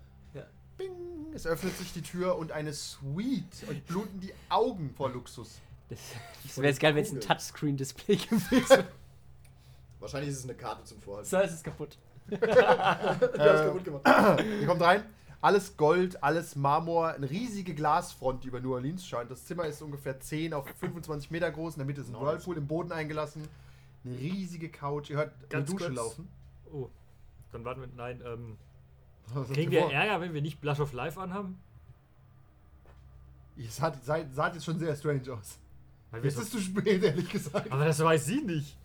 Speaker 5: Bing! Es öffnet sich die Tür und eine Suite. Euch bluten die Augen vor Luxus.
Speaker 4: Das, das wäre jetzt geil, wenn es ein
Speaker 6: Kugel.
Speaker 4: Touchscreen-Display gewesen
Speaker 6: Wahrscheinlich ist es eine Karte zum Vorhalten.
Speaker 4: wäre. ist es kaputt.
Speaker 6: Wir haben es kaputt gemacht.
Speaker 5: Ihr kommt rein. Alles Gold, alles Marmor, eine riesige Glasfront, die über New Orleans scheint. Das Zimmer ist ungefähr 10 auf 25 Meter groß. In der Mitte ist ein Whirlpool im Boden eingelassen. Eine riesige Couch. Ihr hört
Speaker 3: Ganz
Speaker 5: eine Dusche
Speaker 3: kurz.
Speaker 5: laufen.
Speaker 3: Oh, dann warten wir. Nein, ähm.
Speaker 5: Was habt
Speaker 3: Kriegen
Speaker 5: ihr
Speaker 3: wir
Speaker 5: vor?
Speaker 3: Ärger, wenn wir nicht Blush of Life anhaben?
Speaker 5: Ihr saht, seid, saht jetzt schon sehr strange aus.
Speaker 3: Weil wir
Speaker 5: Jetzt
Speaker 3: so,
Speaker 5: ist zu spät, ehrlich gesagt.
Speaker 3: aber das weiß sie nicht.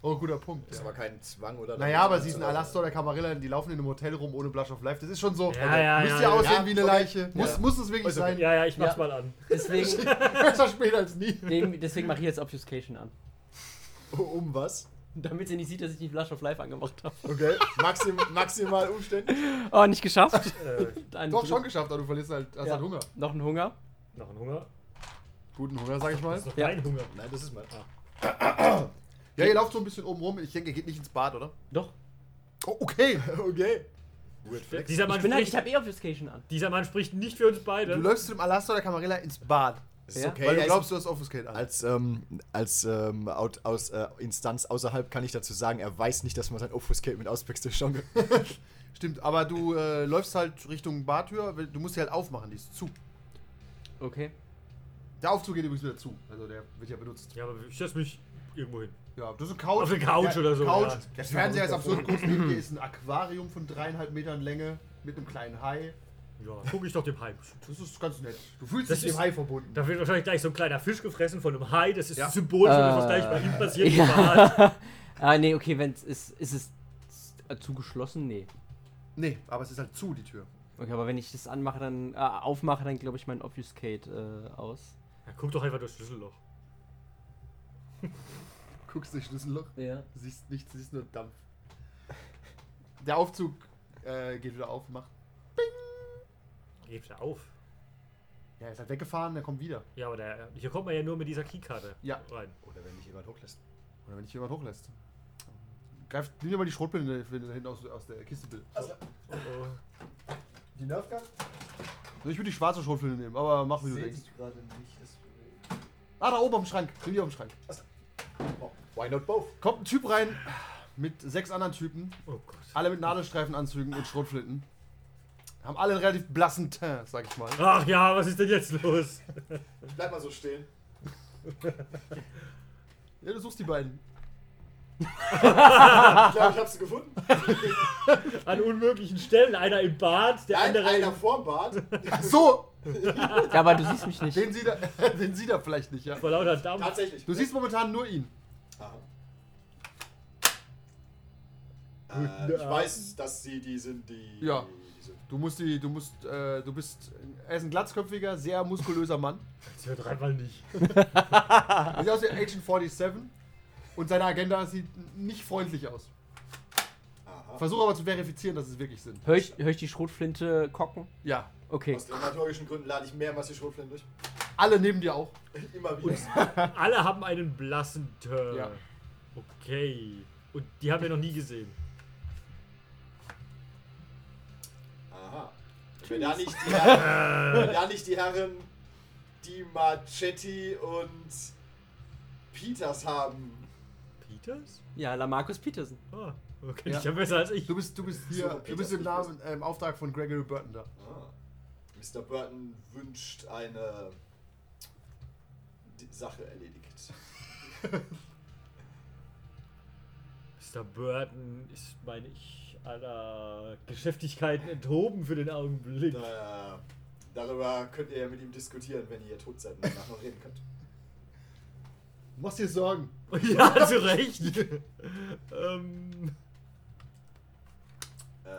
Speaker 5: Oh, guter Punkt.
Speaker 6: Das
Speaker 5: Ja.
Speaker 6: war kein Zwang oder.
Speaker 5: Naja, aber sie sind Alastor oder Camarilla, die laufen in einem Hotel rum ohne Blush of Life. Das ist schon so.
Speaker 3: Ja, ja,
Speaker 5: Müsst
Speaker 3: ja,
Speaker 5: ihr
Speaker 3: ja.
Speaker 5: aussehen
Speaker 6: Ja,
Speaker 5: wie eine
Speaker 6: okay.
Speaker 5: Leiche. Muss,
Speaker 6: Ja.
Speaker 5: muss es wirklich
Speaker 6: Ist okay.
Speaker 5: sein.
Speaker 3: Ja, ja, ich mach's
Speaker 5: Ja.
Speaker 3: mal an.
Speaker 4: Deswegen, <laughs>
Speaker 5: Besser spät als nie.
Speaker 4: dem, deswegen mache ich jetzt Obfuscation an.
Speaker 6: Um was?
Speaker 4: Damit sie nicht sieht, dass ich die Flash of Life angemacht habe.
Speaker 6: Okay. Maxim, maximal umständlich.
Speaker 4: <laughs> Oh, nicht geschafft.
Speaker 3: Äh,
Speaker 4: Ein
Speaker 5: Doch,
Speaker 4: Glück.
Speaker 5: schon geschafft, aber du verlierst halt, hast
Speaker 4: Ja.
Speaker 5: halt Hunger.
Speaker 4: Noch ein Hunger.
Speaker 3: noch ein Hunger.
Speaker 5: Guten Hunger, sag ich mal.
Speaker 3: Das ist noch
Speaker 4: Ja.
Speaker 3: kein Hunger.
Speaker 6: Nein, das ist mein.
Speaker 5: Ja, ihr lauft so ein bisschen oben rum. Ich denke, ihr geht nicht ins Bad, oder?
Speaker 4: Doch.
Speaker 5: Oh,
Speaker 3: <laughs>
Speaker 5: okay.
Speaker 6: Okay. Weird Flex.
Speaker 3: Dieser
Speaker 4: Ich,
Speaker 3: Mann,
Speaker 4: bin halt,
Speaker 3: spricht,
Speaker 4: ich habe eh Obfuscation an.
Speaker 3: dieser Mann spricht nicht für uns beide.
Speaker 5: Du läufst zu dem Alastor oder Camarilla ins Bad.
Speaker 6: Das ist
Speaker 4: Ja.
Speaker 6: okay.
Speaker 5: weil du
Speaker 6: er ist-
Speaker 5: glaubst, du hast Offuscate an.
Speaker 6: Als, ähm, als ähm, out, aus, äh, Instanz außerhalb kann ich dazu sagen, er weiß nicht, dass man sein Obfuscate mit Auswechselstong.
Speaker 5: Stimmt, aber du äh, läufst halt Richtung Badtür. weil Du musst sie halt aufmachen, die ist zu.
Speaker 4: Okay.
Speaker 5: Der Aufzug geht übrigens wieder zu. Also der wird ja benutzt.
Speaker 3: Ja, aber ich setz mich irgendwo hin.
Speaker 5: Ja, das ist eine Couch.
Speaker 3: Auf eine Couch
Speaker 5: ja,
Speaker 3: oder so,
Speaker 5: Couch.
Speaker 3: ja.
Speaker 5: Der Fernseher ist absurd
Speaker 3: <clears throat>
Speaker 5: groß. Neben dir ist ein Aquarium von dreieinhalb Metern Länge mit einem kleinen Hai.
Speaker 3: Ja, guck ich doch dem Heim.
Speaker 5: Das ist ganz nett. Du fühlst
Speaker 3: Das
Speaker 5: dich dem
Speaker 3: ist-
Speaker 5: Hai verbunden.
Speaker 3: Da wird wahrscheinlich gleich so ein kleiner Fisch gefressen von einem Hai. Das ist
Speaker 5: Ja.
Speaker 3: symbolisch, für das, was
Speaker 4: Äh,
Speaker 3: gleich bei ihm passiert.
Speaker 4: ja.
Speaker 3: Ja.
Speaker 4: <laughs> Ah, nee, okay, wenn es ist, ist es äh, zugeschlossen? Nee.
Speaker 5: Nee, aber es ist halt zu, die Tür.
Speaker 4: Okay, aber wenn ich das anmache, dann äh, aufmache, dann glaube ich mein Obfuscate äh, aus.
Speaker 3: Ja, guck doch einfach durchs Schlüsselloch.
Speaker 5: Guckst durch Schlüsselloch,
Speaker 4: Ja.
Speaker 5: siehst nichts, siehst nur Dampf. Der Aufzug äh, geht wieder auf, macht.
Speaker 3: Hebt er auf.
Speaker 5: Ja, er ist halt weggefahren, er kommt wieder.
Speaker 3: Ja, aber der, hier kommt man ja nur mit dieser Keykarte
Speaker 5: Ja.
Speaker 3: rein. Oh,
Speaker 6: Oder wenn mich jemand hochlässt.
Speaker 5: Oder wenn dich jemand hochlässt. Greift, nimm dir mal die Schrotblende, wenn du da hinten aus, aus der Kiste will.
Speaker 3: Oh, oh.
Speaker 6: Die Nerfgun?
Speaker 5: Also, Ich würde die schwarze Schrotblende nehmen, aber mach wie du denkst.
Speaker 6: gerade nicht.
Speaker 5: Ah, da oben auf dem Schrank. Nimm die auf dem Schrank.
Speaker 6: Oh, why not both?
Speaker 5: Kommt ein Typ rein mit sechs anderen Typen,
Speaker 3: oh Gott.
Speaker 5: alle mit Nadelstreifenanzügen und Schrotflinten. Haben alle einen relativ blassen Teint, sag ich mal.
Speaker 3: Ach ja, was ist denn jetzt los?
Speaker 6: Ich bleib mal so <laughs> stehen.
Speaker 5: Ja, du suchst die beiden.
Speaker 6: Ich glaube, ich hab sie gefunden.
Speaker 3: An unmöglichen Stellen. Einer im Bad, der
Speaker 6: Ein,
Speaker 3: andere.
Speaker 6: einer vorm Bart.
Speaker 5: Ach so,
Speaker 4: Ja, aber du siehst mich
Speaker 6: <laughs>
Speaker 4: nicht.
Speaker 5: den sieht er, <laughs> den sieht er vielleicht nicht, ja.
Speaker 3: Vor lauter Dampf.
Speaker 6: Tatsächlich.
Speaker 5: Du siehst momentan nur ihn.
Speaker 6: Aha. Äh, ich weiß, dass sie die sind, die.
Speaker 5: Ja.
Speaker 6: die sind.
Speaker 5: Du musst die, du musst, äh, du bist, er ist ein glatzköpfiger, sehr muskulöser Mann.
Speaker 3: Das hört dreimal nicht.
Speaker 5: Er sieht aus wie Agent 47 und seine Agenda sieht nicht freundlich aus.
Speaker 6: Aha.
Speaker 5: Versuche aber zu verifizieren, dass es wirklich sind.
Speaker 4: Hör ich, hör ich die Schrotflinte kocken?
Speaker 5: Ja,
Speaker 4: Okay.
Speaker 6: Aus dramaturgischen Gründen lade ich mehrmals die Schrotflinte durch.
Speaker 5: alle neben dir auch.
Speaker 6: Immer wieder.
Speaker 3: Alle haben einen blassen Turn.
Speaker 5: Ja.
Speaker 3: Okay. Und die haben wir noch nie gesehen.
Speaker 6: Aha. Wenn da nicht <laughs> die Herren, wenn da nicht die, Herren die Machetti und Peters haben.
Speaker 3: Peters?
Speaker 4: Ja, Lamarcus Peterson.
Speaker 3: Ah, okay.
Speaker 5: Ja.
Speaker 3: Ich habe besser als ich.
Speaker 5: Du bist, du bist
Speaker 6: Super,
Speaker 5: hier, du
Speaker 6: Peter.
Speaker 5: bist im Namen, äh, im Auftrag von Gregory Burton da.
Speaker 6: Ah. Mr. Burton wünscht eine D- Sache <laughs> erledigt.
Speaker 3: Mr. Burton ist, meine ich, aller Geschäftigkeiten enthoben für den Augenblick.
Speaker 6: Da, darüber könnt ihr ja mit ihm diskutieren, wenn ihr tot seid und danach noch reden könnt.
Speaker 5: Mach dir Sorgen.
Speaker 3: Ja, zu Recht. ähm,
Speaker 6: Äh,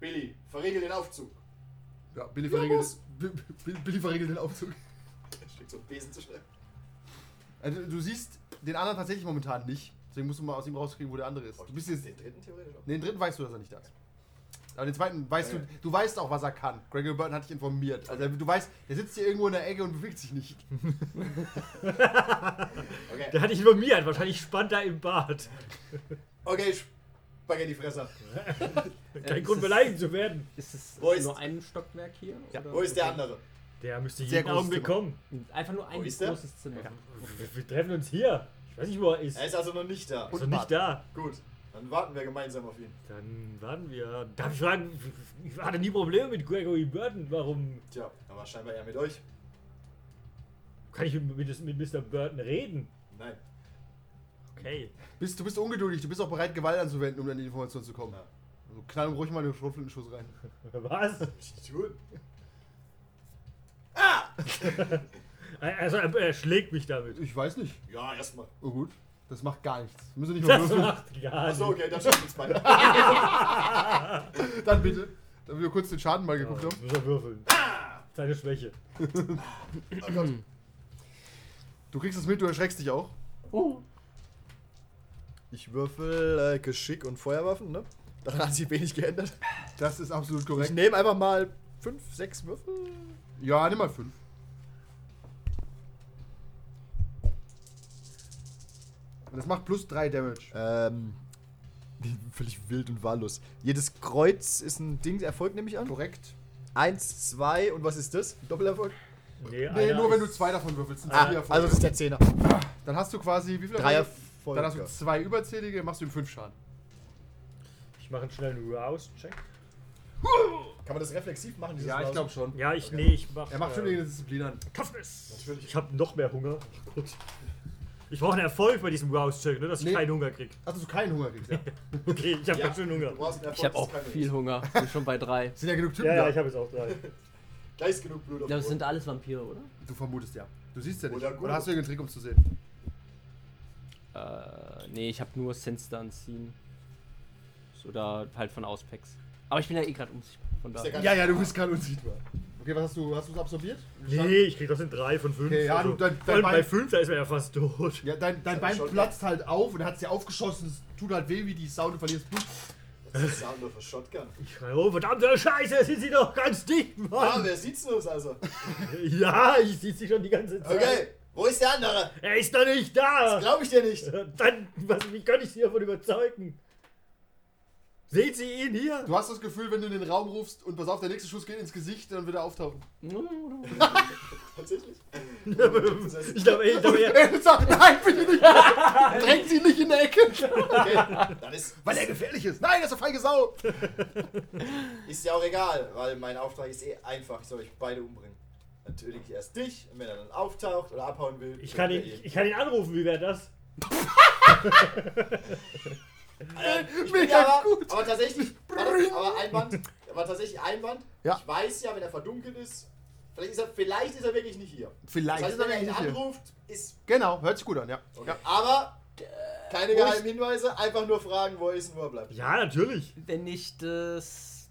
Speaker 6: Billy, verriegel den Aufzug.
Speaker 5: Ja, Billy verriegelt, Bi- Bi- Billy verriegelt den Aufzug.
Speaker 6: Er steckt so ein Besen zu schnell.
Speaker 5: Also, du siehst den anderen tatsächlich momentan nicht. Deswegen musst du mal aus ihm rauskriegen, wo der andere ist. Du bist jetzt,
Speaker 6: den dritten theoretisch auch.
Speaker 5: nee, den dritten weißt du, dass er nicht da ist. Aber den zweiten weißt
Speaker 6: Ja,
Speaker 5: du,
Speaker 6: ja.
Speaker 5: du weißt auch, was er kann. Gregory Burton hat dich informiert. Also du weißt, der sitzt hier irgendwo in der Ecke und bewegt sich nicht.
Speaker 6: Okay,
Speaker 3: der hatte ich über mir, wahrscheinlich spannt er im Bad.
Speaker 6: okay Spaghetti-Fresser.
Speaker 3: Kein
Speaker 4: ist
Speaker 3: Grund
Speaker 4: es-
Speaker 3: beleidigt zu werden.
Speaker 4: Ist es
Speaker 6: Wo ist-
Speaker 4: nur ein Stockwerk hier? oder?
Speaker 6: <laughs> Wo ist der andere?
Speaker 3: Der müsste
Speaker 5: Sehr
Speaker 3: jeden
Speaker 5: großes
Speaker 3: Augenblick
Speaker 5: Zimmer.
Speaker 3: kommen.
Speaker 4: Einfach nur ein
Speaker 6: Wo ist der?
Speaker 4: großes Zimmer.
Speaker 3: Wir, wir treffen uns hier. Ich weiß nicht, wo er ist.
Speaker 6: Er ist also noch nicht da.
Speaker 3: also nicht da.
Speaker 6: Gut, dann warten wir gemeinsam auf ihn.
Speaker 3: Dann warten wir. Darf ich fragen, ich hatte nie Probleme mit Gregory Burton. Warum
Speaker 6: Tja, aber scheinbar eher mit euch.
Speaker 3: kann ich mit, mit Mr. Burton reden?
Speaker 6: Nein.
Speaker 3: Okay. <laughs>
Speaker 5: Bist, du bist ungeduldig, du bist auch bereit, Gewalt anzuwenden, um an die Information zu kommen.
Speaker 6: Ja.
Speaker 5: Also, knall ihm ruhig mal den Schrotflintenschuss rein.
Speaker 3: Was?
Speaker 6: Was ich tun?
Speaker 3: Also, er, er schlägt mich damit.
Speaker 5: Ich weiß nicht.
Speaker 6: Ja, erstmal.
Speaker 5: Oh gut. Das macht gar nichts. Müssen
Speaker 6: <laughs>
Speaker 5: wir nicht mal
Speaker 3: Das
Speaker 5: würfeln.
Speaker 3: macht gar
Speaker 6: Achso,
Speaker 3: nichts.
Speaker 6: okay, dann stimmt uns beide.
Speaker 5: Dann bitte. Damit wir kurz den Schaden mal
Speaker 3: Ja,
Speaker 5: geguckt haben.
Speaker 3: muss er würfeln.
Speaker 6: Ah!
Speaker 3: Seine Schwäche.
Speaker 6: Oh Gott.
Speaker 5: Du kriegst es mit, du erschreckst dich auch.
Speaker 6: <laughs> Ich würfel äh, Geschick und Feuerwaffen, ne? Daran hat sich wenig geändert.
Speaker 5: Das ist absolut
Speaker 6: Ich
Speaker 5: korrekt.
Speaker 6: nehme einfach mal 5, 6 Würfel.
Speaker 5: Ja, nimm mal fünf. Und Das macht plus drei Damage.
Speaker 6: Ähm. <laughs> Völlig wild und wahllos. Jedes Kreuz ist ein Ding, Erfolg nehme ich an.
Speaker 5: Korrekt.
Speaker 6: Eins, zwei und was ist das? Doppelerfolg?
Speaker 5: Nee,
Speaker 3: Nee, einer
Speaker 5: nur wenn du
Speaker 3: ist-
Speaker 5: zwei davon würfelst. Sind
Speaker 6: Ah,
Speaker 5: vier
Speaker 6: also das
Speaker 5: Erfolge.
Speaker 6: ist der Zehner.
Speaker 5: dann hast du quasi, wie viele
Speaker 6: Drei
Speaker 5: Erfolge? Dann hast du
Speaker 6: Erfolge.
Speaker 5: zwei überzählige, machst du ihm fünf Schaden.
Speaker 3: Ich mache einen schnellen Rouse-Check.
Speaker 6: Kann man das reflexiv machen? dieses Maus?
Speaker 5: glaub schon.
Speaker 3: Ja, ich, nee, ich mache.
Speaker 5: Er macht schon die Disziplin an.
Speaker 3: Toughness.
Speaker 6: Natürlich.
Speaker 3: Ich habe noch mehr Hunger. Oh Gott. Ich brauche einen Erfolg bei diesem Rouse-Check, ne, dass ich
Speaker 5: Nee.
Speaker 3: keinen Hunger krieg.
Speaker 5: Hast du keinen Hunger kriegst, ja.
Speaker 3: Okay, ich habe
Speaker 6: Ja.
Speaker 3: ganz schön Hunger.
Speaker 6: Du brauchst einen Erfolg,
Speaker 4: Ich habe
Speaker 6: das
Speaker 4: auch
Speaker 6: ist kein
Speaker 4: viel
Speaker 6: Minus.
Speaker 4: Hunger. Ich bin schon bei drei.
Speaker 5: Sind ja genug Typen
Speaker 3: Ja, ja,
Speaker 5: da.
Speaker 3: ich habe jetzt auch drei.
Speaker 6: Da ist genug Blut auf
Speaker 4: Das
Speaker 6: dem
Speaker 4: sind alles Vampire, oder?
Speaker 5: Du vermutest ja. Du siehst ja nicht.
Speaker 6: Oder
Speaker 5: Oder,
Speaker 6: gut.
Speaker 5: hast du irgendeinen Trick, um zu sehen?
Speaker 4: Äh, nee, ich habe nur Sense Unseen. Oder halt von Auspacks. Aber ich bin ja eh gerade unsichtbar. Von
Speaker 6: Ist ja
Speaker 4: daher.
Speaker 6: gar
Speaker 5: Ja, ja, du bist gerade unsichtbar. Okay, was hast du? Hast du es absorbiert?
Speaker 3: Nee, ich krieg das in drei von fünf. Also,
Speaker 5: Okay, ja, du- dein-
Speaker 3: vor allem
Speaker 5: dein
Speaker 3: bei
Speaker 5: Bein-
Speaker 3: fünf, da ist man ja fast tot.
Speaker 5: Ja, dein, dein
Speaker 6: Ja,
Speaker 5: Bein
Speaker 6: schon.
Speaker 5: platzt halt auf und er hat es dir aufgeschossen. Es tut halt weh wie die Sau, du verlierst Blut.
Speaker 6: Das ist Sound of a Shotgun.
Speaker 3: Ich schreie, oh verdammte Scheiße, sind sie doch ganz dicht,
Speaker 6: Ah,
Speaker 3: Mann.
Speaker 6: wer sieht's uns also?
Speaker 3: <laughs> Ja, ich sehe sie schon die ganze Zeit.
Speaker 6: Okay, wo ist der andere?
Speaker 3: Er ist doch nicht da.
Speaker 6: Glaube ich dir nicht.
Speaker 3: <laughs> Dann, was, wie kann ich sie davon überzeugen? Seht sie ihn hier?
Speaker 5: Du hast das Gefühl, wenn du in den Raum rufst und pass auf, der nächste Schuss geht ins Gesicht, dann wird er auftauchen.
Speaker 6: Tatsächlich.
Speaker 3: <laughs> Ich glaube, ich glaube, er-
Speaker 5: Sag, <laughs> nein, bitte <laughs> nicht! Drängt sie nicht in der <laughs> Ecke!
Speaker 6: Okay, dann ist,
Speaker 5: Weil er gefährlich ist! Nein, das ist eine feige Sau! <laughs>
Speaker 6: ist ja auch egal, weil mein Auftrag ist eh einfach. Ich soll euch beide umbringen. Natürlich erst dich, und wenn er dann auftaucht oder abhauen will.
Speaker 3: ich kann ihn, ich, ich kann ihn anrufen, wie wäre das?
Speaker 6: Ich bin
Speaker 5: Mega
Speaker 6: aber,
Speaker 5: gut.
Speaker 6: Aber tatsächlich, warte, aber Einwand, aber tatsächlich Einwand.
Speaker 5: Ja.
Speaker 6: Ich weiß ja, wenn er verdunkelt ist, vielleicht ist er, vielleicht ist er wirklich nicht hier.
Speaker 5: Vielleicht
Speaker 6: das heißt,
Speaker 5: ist er
Speaker 6: wenn er ihn
Speaker 5: wirklich nicht hier.
Speaker 6: anruft, ist.
Speaker 5: Genau, hört sich gut an, ja.
Speaker 6: Okay.
Speaker 5: ja.
Speaker 6: Aber keine
Speaker 5: Wo
Speaker 6: geheimen Hinweise, einfach nur fragen, wo er ist und wo er bleibt.
Speaker 3: Ja, natürlich.
Speaker 4: Wenn ich das.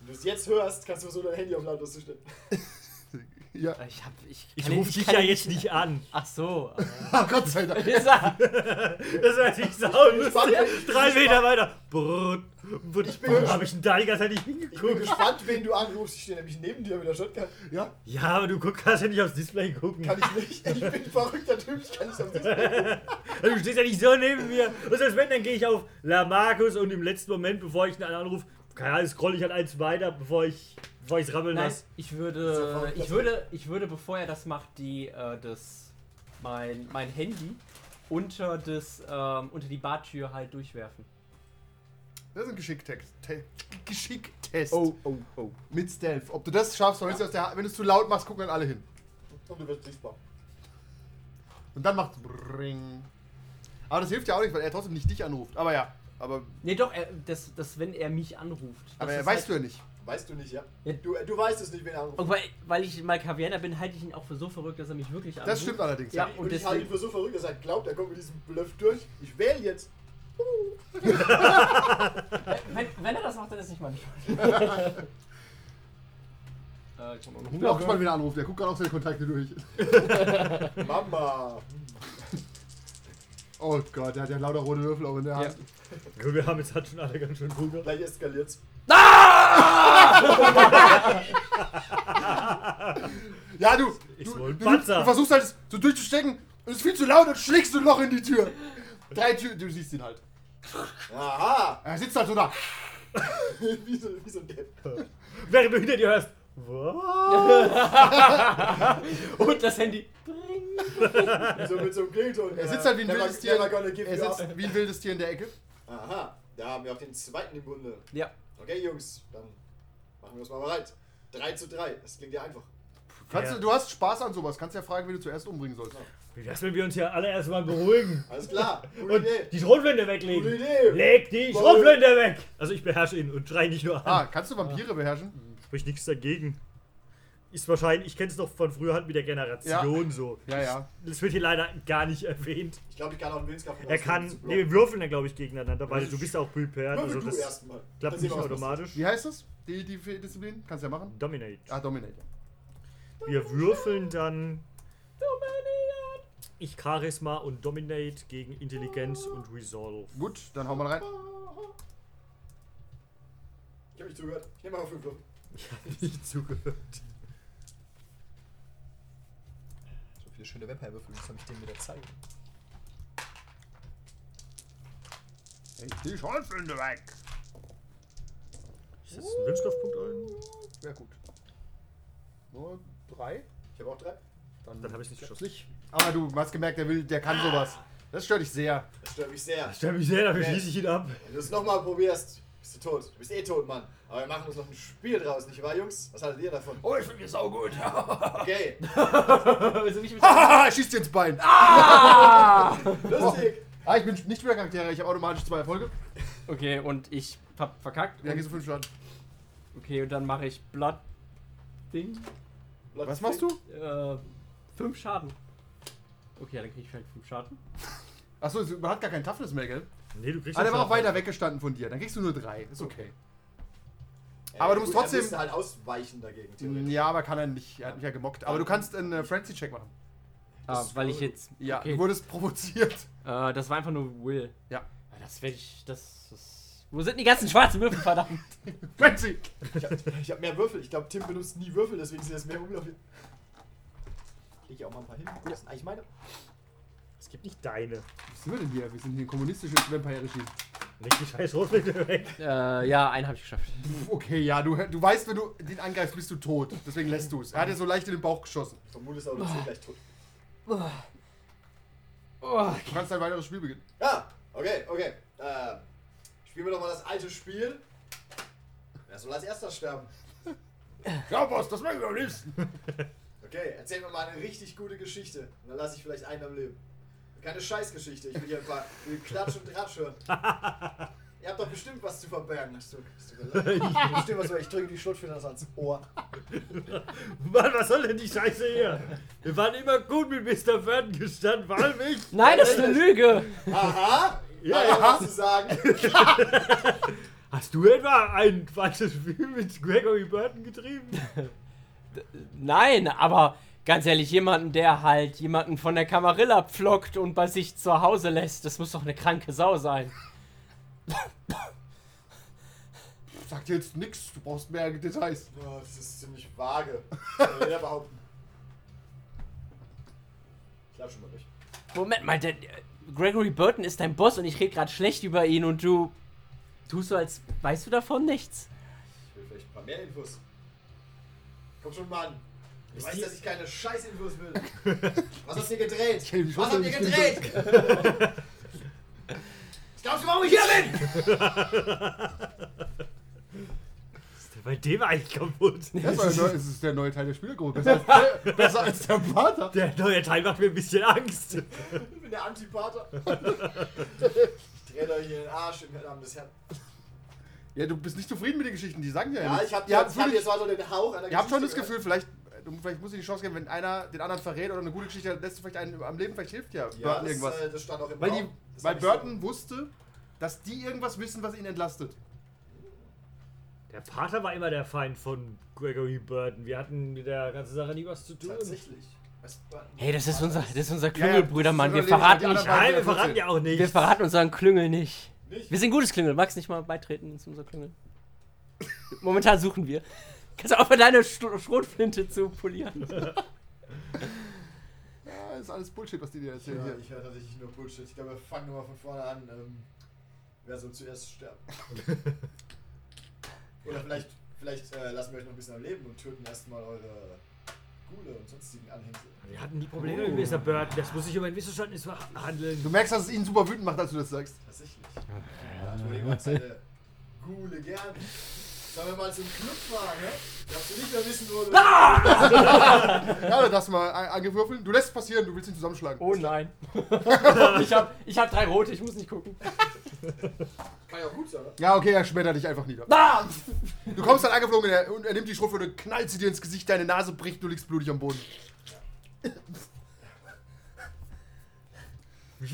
Speaker 6: Wenn du es jetzt hörst, kannst du so dein Handy auf lautlos stellen.
Speaker 5: ja.
Speaker 4: äh, Ich hab. Ich,
Speaker 3: Ich
Speaker 4: kann ihn-
Speaker 3: rufe dich
Speaker 4: kann
Speaker 3: ja
Speaker 4: ihn
Speaker 3: jetzt nicht an.
Speaker 4: Ach so. äh.
Speaker 5: Ah, Gott sei
Speaker 4: <laughs>
Speaker 5: Dank.
Speaker 3: <laughs> Das wäre <laughs> natürlich saulustig.
Speaker 6: Ich bin
Speaker 3: Drei
Speaker 6: gespannt.
Speaker 3: Meter weiter. Brrrt. Brrrt. Ich bin, habe ich denn da die ganze Zeit nicht
Speaker 6: Ich bin
Speaker 3: hingeguckt?
Speaker 6: gespannt, wen du anrufst. Ich stehe nämlich neben dir mit der Shotgun.
Speaker 5: Ja.
Speaker 3: Ja, aber du guck, kannst ja nicht aufs Display gucken.
Speaker 6: Kann ich nicht. Ich bin ein verrückter Typ. Ich kann nicht auf Display.
Speaker 3: Also, du stehst ja nicht so neben mir. Und selbst wenn, dann gehe ich auf Lamarcus und im letzten Moment, bevor ich einen anrufe, keine Ahnung, scroll ich halt eins weiter, bevor ich bevor ich's rabbeln
Speaker 4: Nein,
Speaker 3: lasse.
Speaker 4: ich
Speaker 6: Das ist ja
Speaker 4: würde,
Speaker 6: verrückt,
Speaker 4: ich
Speaker 6: das-
Speaker 4: würde, ich würde, bevor er das macht, die, äh, das, mein, mein Handy unter das, ähm, unter die Bartür halt durchwerfen.
Speaker 5: Das ist ein Geschicktext. Te Geschicktest.
Speaker 4: oh, oh.
Speaker 5: Mit Stealth. Ob du das schaffst, wenn, du es aus der, wenn du es zu laut machst, gucken dann alle hin.
Speaker 6: Und du wirst sichtbar.
Speaker 5: Und dann macht's Bring. Aber das hilft ja auch nicht, weil er trotzdem nicht dich anruft. Aber ja. Aber,
Speaker 4: Nee, doch, er, das, das, wenn er mich anruft. Das
Speaker 5: aber er
Speaker 4: ist
Speaker 5: weißt du
Speaker 4: halt,
Speaker 5: ja nicht.
Speaker 6: Weißt du nicht, ja?
Speaker 4: Ja.
Speaker 6: Du, du weißt es nicht, wen er anruft.
Speaker 4: Und weil, weil ich mal Kavianer bin, halte ich ihn auch für so verrückt, dass er mich wirklich anruft.
Speaker 5: Das stimmt allerdings.
Speaker 4: Ja,
Speaker 5: also Ja.
Speaker 6: Und,
Speaker 4: und
Speaker 6: ich halte ihn
Speaker 4: deswegen.
Speaker 6: für so verrückt, dass er glaubt, er kommt mit diesem Bluff durch. Ich wähle jetzt.
Speaker 4: Wenn, wenn er das macht, dann ist nicht meine Schuld. äh, ich hab noch einen
Speaker 5: Ich bin auch
Speaker 4: Hunger.
Speaker 5: gespannt, wen er anruft. Er guckt gerade auch seine Kontakte durch.
Speaker 6: Mama.
Speaker 5: Oh Gott, der hat ja lauter rote Würfel auch in der Hand.
Speaker 3: Gut, wir haben jetzt halt schon alle ganz schön Hunger.
Speaker 6: Gleich eskaliert's. <laughs>
Speaker 5: Ja, du,
Speaker 3: Ich
Speaker 5: du, du,
Speaker 3: wohl ein
Speaker 5: du,
Speaker 3: Panzer.
Speaker 5: versuchst halt es so durchzustecken und es ist viel zu laut und schlägst ein Loch in die Tür. Drei Türen, du siehst ihn halt.
Speaker 6: Aha.
Speaker 5: Er sitzt halt so da.
Speaker 6: wie, so, wie so ein Depp.
Speaker 3: Während du hinter dir hörst, wow.
Speaker 4: Und das Handy.
Speaker 6: Wie so mit so einem Klingelton.
Speaker 5: Er sitzt halt wie ein
Speaker 6: Never-
Speaker 5: wildes Tier.
Speaker 6: never gonna give
Speaker 5: Er
Speaker 6: you up.
Speaker 5: sitzt wie ein wildes Tier in der Ecke.
Speaker 6: Aha. Da haben wir auch den zweiten im Bunde.
Speaker 4: Ja.
Speaker 6: Okay, Jungs. Dann machen wir uns mal bereit. 3 zu 3. Das klingt ja einfach.
Speaker 5: Kannst
Speaker 3: Ja.
Speaker 5: du, du hast Spaß an sowas. Kannst ja fragen, wen du zuerst umbringen sollst.
Speaker 3: Wie wär's, wenn wir uns hier alle erstmal beruhigen?
Speaker 5: <laughs>
Speaker 6: Alles klar. Gute
Speaker 3: Und
Speaker 6: Idee.
Speaker 3: die Schrotflinte
Speaker 6: Gute
Speaker 3: weglegen.
Speaker 6: Idee.
Speaker 3: Leg die
Speaker 6: Warum?
Speaker 3: Schrotflinte weg! Also ich beherrsche ihn und schrei nicht nur
Speaker 5: Ah,
Speaker 3: an.
Speaker 5: kannst du Vampire beherrschen?
Speaker 3: Sprich nichts dagegen. Ist wahrscheinlich, ich kenn's noch von früher halt mit der Generation so.
Speaker 5: Ja, ja.
Speaker 3: Das wird hier leider gar nicht erwähnt.
Speaker 6: Ich glaube, ich kann auch einen Willenskraft
Speaker 3: Er kann. Ne, wir würfeln dann, glaube ich, gegeneinander, weil du bist auch prepared.
Speaker 6: Würfel
Speaker 3: Also
Speaker 6: du
Speaker 3: das
Speaker 6: erstmal. Dann
Speaker 3: klappt
Speaker 6: sehen
Speaker 3: nicht
Speaker 6: wir, was passiert.
Speaker 3: automatisch.
Speaker 5: Wie heißt das? Die, die Disziplin? Kannst du ja machen.
Speaker 3: Dominate.
Speaker 5: Ah, Dominator.
Speaker 3: Wir würfeln dann. Ich Charisma und Dominate gegen Intelligenz und Resolve.
Speaker 5: Gut, dann hau mal rein.
Speaker 6: Ich hab nicht zugehört. Ich nehme mal auf 5 Würfel.
Speaker 3: Ich habe nicht zugehört.
Speaker 6: So viele schöne Vampire-Würfel, jetzt habe ich denen wieder Zeit.
Speaker 5: Hey, die Schornflinte weg.
Speaker 3: Ich setze einen Wünschkraftpunkt ein.
Speaker 5: Ja, gut. Nur drei?
Speaker 6: Ich habe auch drei.
Speaker 3: Dann habe ich nicht geschossen.
Speaker 5: Nicht. Aber du hast gemerkt, der will, der kann sowas. Das stört dich sehr.
Speaker 6: Das stört mich sehr.
Speaker 3: Ich stelle mich sehr, dafür
Speaker 6: Okay.
Speaker 3: schließe ich ihn ab.
Speaker 6: Wenn du es nochmal probierst, bist du tot. Du bist eh tot, Mann. Aber wir machen uns noch ein Spiel draus, nicht wahr, Jungs? Was haltet ihr davon?
Speaker 4: Oh, ich finde mir <laughs> saugut.
Speaker 6: Okay,
Speaker 4: also nicht mit
Speaker 5: Hahaha, schießt dir ins Bein. Ah!
Speaker 6: <laughs> lustig.
Speaker 5: ah, ich bin nicht wieder Charaktere, ich habe automatisch zwei Erfolge.
Speaker 4: Okay, und ich hab verkackt.
Speaker 5: Ja,
Speaker 4: und-
Speaker 5: gehst du fünf Schaden.
Speaker 4: Okay, und dann mache ich Blood Ding.
Speaker 5: Was machst du?
Speaker 4: Äh, fünf Schaden. Okay, dann krieg ich vielleicht fünf Schaden.
Speaker 5: Achso, man hat gar keinen Toughness mehr, gell?
Speaker 3: Nee, du kriegst
Speaker 5: Ah, der
Speaker 3: den
Speaker 5: war auch
Speaker 3: Schaden.
Speaker 5: weiter weggestanden von dir. Dann kriegst du nur drei. Ist okay.
Speaker 6: Ey,
Speaker 5: Aber du musst
Speaker 6: gut,
Speaker 5: trotzdem-
Speaker 6: Wir müssen halt ausweichen dagegen, theoretisch.
Speaker 5: Ja, aber kann er nicht. Er hat mich ja gemockt. Aber du kannst einen äh, Frenzy-Check machen.
Speaker 4: Ah,
Speaker 6: ist
Speaker 4: weil ich
Speaker 6: cool.
Speaker 4: jetzt.
Speaker 5: Ja,
Speaker 4: okay.
Speaker 5: du wurdest provoziert.
Speaker 4: Äh, das war einfach nur Will.
Speaker 5: Ja.
Speaker 4: Das werde ich. Das ist. Wo sind die ganzen schwarzen Würfel, verdammt?
Speaker 5: Frenzy!
Speaker 6: Ich hab, ich hab mehr Würfel. Ich glaube, Tim benutzt nie Würfel, deswegen sind das mehr Umläufe. Ich leg hier auch mal ein paar hin. Das sind eigentlich meine.
Speaker 3: Es gibt nicht deine.
Speaker 5: Was sind wir denn hier? Wir sind hier ein kommunistisches Vampire-Regime.
Speaker 3: Leg die scheiß Rotflinte weg.
Speaker 4: <laughs> äh, ja, einen habe ich geschafft.
Speaker 5: Puh, Okay, ja, du, du weißt, wenn du den angreifst, bist du tot. Deswegen lässt du es. Er hat dir so leicht in den Bauch geschossen.
Speaker 6: Vermutest auch, du bist gleich tot.
Speaker 5: Du kannst ein weiteres Spiel beginnen.
Speaker 6: Ja, okay, okay.
Speaker 5: Mhm.
Speaker 6: Äh, spielen wir doch mal das alte Spiel. Wer soll als erster sterben?
Speaker 5: Ja, Boss, das machen wir am liebsten.
Speaker 6: Okay, erzähl mir mal eine richtig gute Geschichte. Und dann lasse ich vielleicht einen am Leben. Keine Scheißgeschichte. Ich will hier ein <laughs> paar will Klatsch und Ratsch <laughs> hören. Ihr habt doch bestimmt was zu verbergen. Hast du, <laughs> hast du gesagt? bestimmt was, ich drücke die Schlotflinte ans Ohr.
Speaker 3: Mann, was soll denn die Scheiße hier? Wir waren immer gut mit Mr. Burton gestanden, warum nicht?
Speaker 4: Nein, das ist eine Lüge!
Speaker 6: Aha!
Speaker 3: Ja,
Speaker 6: Ja, ja. Was zu sagen.
Speaker 3: Hast du etwa ein falsches Spiel mit Gregory Burton getrieben?
Speaker 4: Nein, aber ganz ehrlich, jemanden, der halt jemanden von der Kamarilla pflockt und bei sich zu Hause lässt, das muss doch eine kranke Sau sein.
Speaker 5: Sag dir jetzt nichts, du brauchst mehr Details.
Speaker 6: Ja, das ist ziemlich vage. Kann Jeder behaupten. Ich glaube schon mal durch.
Speaker 4: Moment mal, der, Gregory Burton ist dein Boss und ich rede gerade schlecht über ihn und du tust so, als weißt du davon nichts.
Speaker 6: Ich will vielleicht ein paar mehr Infos. Komm schon, Mann. Du
Speaker 3: Ist
Speaker 6: weißt,
Speaker 3: die-
Speaker 6: dass ich keine Scheiß-Infos will. Was habt ihr gedreht?
Speaker 5: kenn mich
Speaker 6: Was
Speaker 5: schon, <laughs>
Speaker 6: habt ihr
Speaker 5: ich bin
Speaker 6: gedreht?
Speaker 5: <laughs>
Speaker 6: ich glaub's, warum ich hier bin!
Speaker 3: Ist der bei dem eigentlich kaputt?
Speaker 5: Das war der neue, es ist der neue Teil der Spielergruppe. Besser als <laughs> der, besser als der Vater.
Speaker 3: Der neue Teil macht mir ein bisschen Angst.
Speaker 6: Ich bin der
Speaker 5: <laughs>
Speaker 6: Antipater. ich drehe euch in den Arsch im Namen des Herrn.
Speaker 5: Ja, du bist nicht zufrieden mit den Geschichten, die sagen ja
Speaker 6: Ja,
Speaker 5: nichts.
Speaker 6: ich hab,
Speaker 5: ihr,
Speaker 6: ja,
Speaker 5: habt
Speaker 6: ich hab
Speaker 5: wirklich-
Speaker 6: jetzt mal so den Hauch einer
Speaker 5: ihr habt schon das
Speaker 6: Geschichte
Speaker 5: Gefühl, vielleicht, du- vielleicht muss ich die Chance geben, wenn einer den anderen verrät oder eine gute Geschichte hat, lässt du vielleicht einen am Leben, vielleicht hilft ja,
Speaker 6: gehört.
Speaker 5: Burton
Speaker 6: Ja,
Speaker 5: irgendwas.
Speaker 6: das, äh, das stand auch im
Speaker 5: weil
Speaker 6: Raum.
Speaker 5: die,
Speaker 6: Das
Speaker 5: weil
Speaker 6: hab ich
Speaker 5: Burton wusste, dass die irgendwas wissen, was ihn entlastet.
Speaker 3: Der Pater war immer der Feind von Gregory Burton. Wir hatten mit der ganzen Sache nie was zu
Speaker 6: So.
Speaker 3: tun.
Speaker 6: Tatsächlich. Was, Burton?
Speaker 4: Hey, das ist unser, das ist unser
Speaker 5: Ja, ja,
Speaker 4: Klüngelbrüdermann.
Speaker 5: das
Speaker 4: Wir
Speaker 5: ist unser
Speaker 4: verraten
Speaker 5: Leben, die
Speaker 4: nicht,
Speaker 5: anderen
Speaker 3: Nein, wir
Speaker 5: beiden
Speaker 3: verraten ja auch nichts.
Speaker 4: wir verraten unseren Klüngel nicht.
Speaker 6: Nicht?
Speaker 4: Wir sind gutes Klüngel. Magst nicht mal beitreten zu unser <laughs> Klüngel? Momentan suchen wir. Kannst du auch mal deine Stu- Schrotflinte zu polieren?
Speaker 5: Ja, ist alles Bullshit, was die dir erzählen.
Speaker 6: Ja,
Speaker 5: hier.
Speaker 6: ich höre tatsächlich nur Bullshit. Ich glaube, wir fangen nochmal von vorne an. Ähm, wer soll zuerst sterben? <laughs> Oder vielleicht, vielleicht äh, lassen wir euch noch ein bisschen am Leben und töten erstmal eure Gule und sonstigen Anhängsel.
Speaker 3: Wir hatten die Probleme mit Mr. Burton. Das muss ich über ein Missverständnis handeln.
Speaker 5: Du merkst, dass es ihn super wütend macht, als du das sagst.
Speaker 6: Tatsächlich. Ja, du jemand seine Gule gern. Sollen wir mal zum Club fahren, ne? Darfst du nicht mehr wissen, wo du.
Speaker 5: Ja, dann darfst du mal a- angewürfeln. Du lässt es passieren, du willst ihn zusammenschlagen.
Speaker 4: Oh nein. ich, hab, ich hab drei rote, ich muss nicht gucken.
Speaker 6: Kann ja auch gut sein, ne?
Speaker 5: Ja, okay, er schmettert dich einfach nieder.
Speaker 4: Bam!
Speaker 5: Du kommst dann angeflogen und er, und er nimmt die Schrotflinte, knallt sie dir ins Gesicht, deine Nase bricht, du liegst blutig am Boden.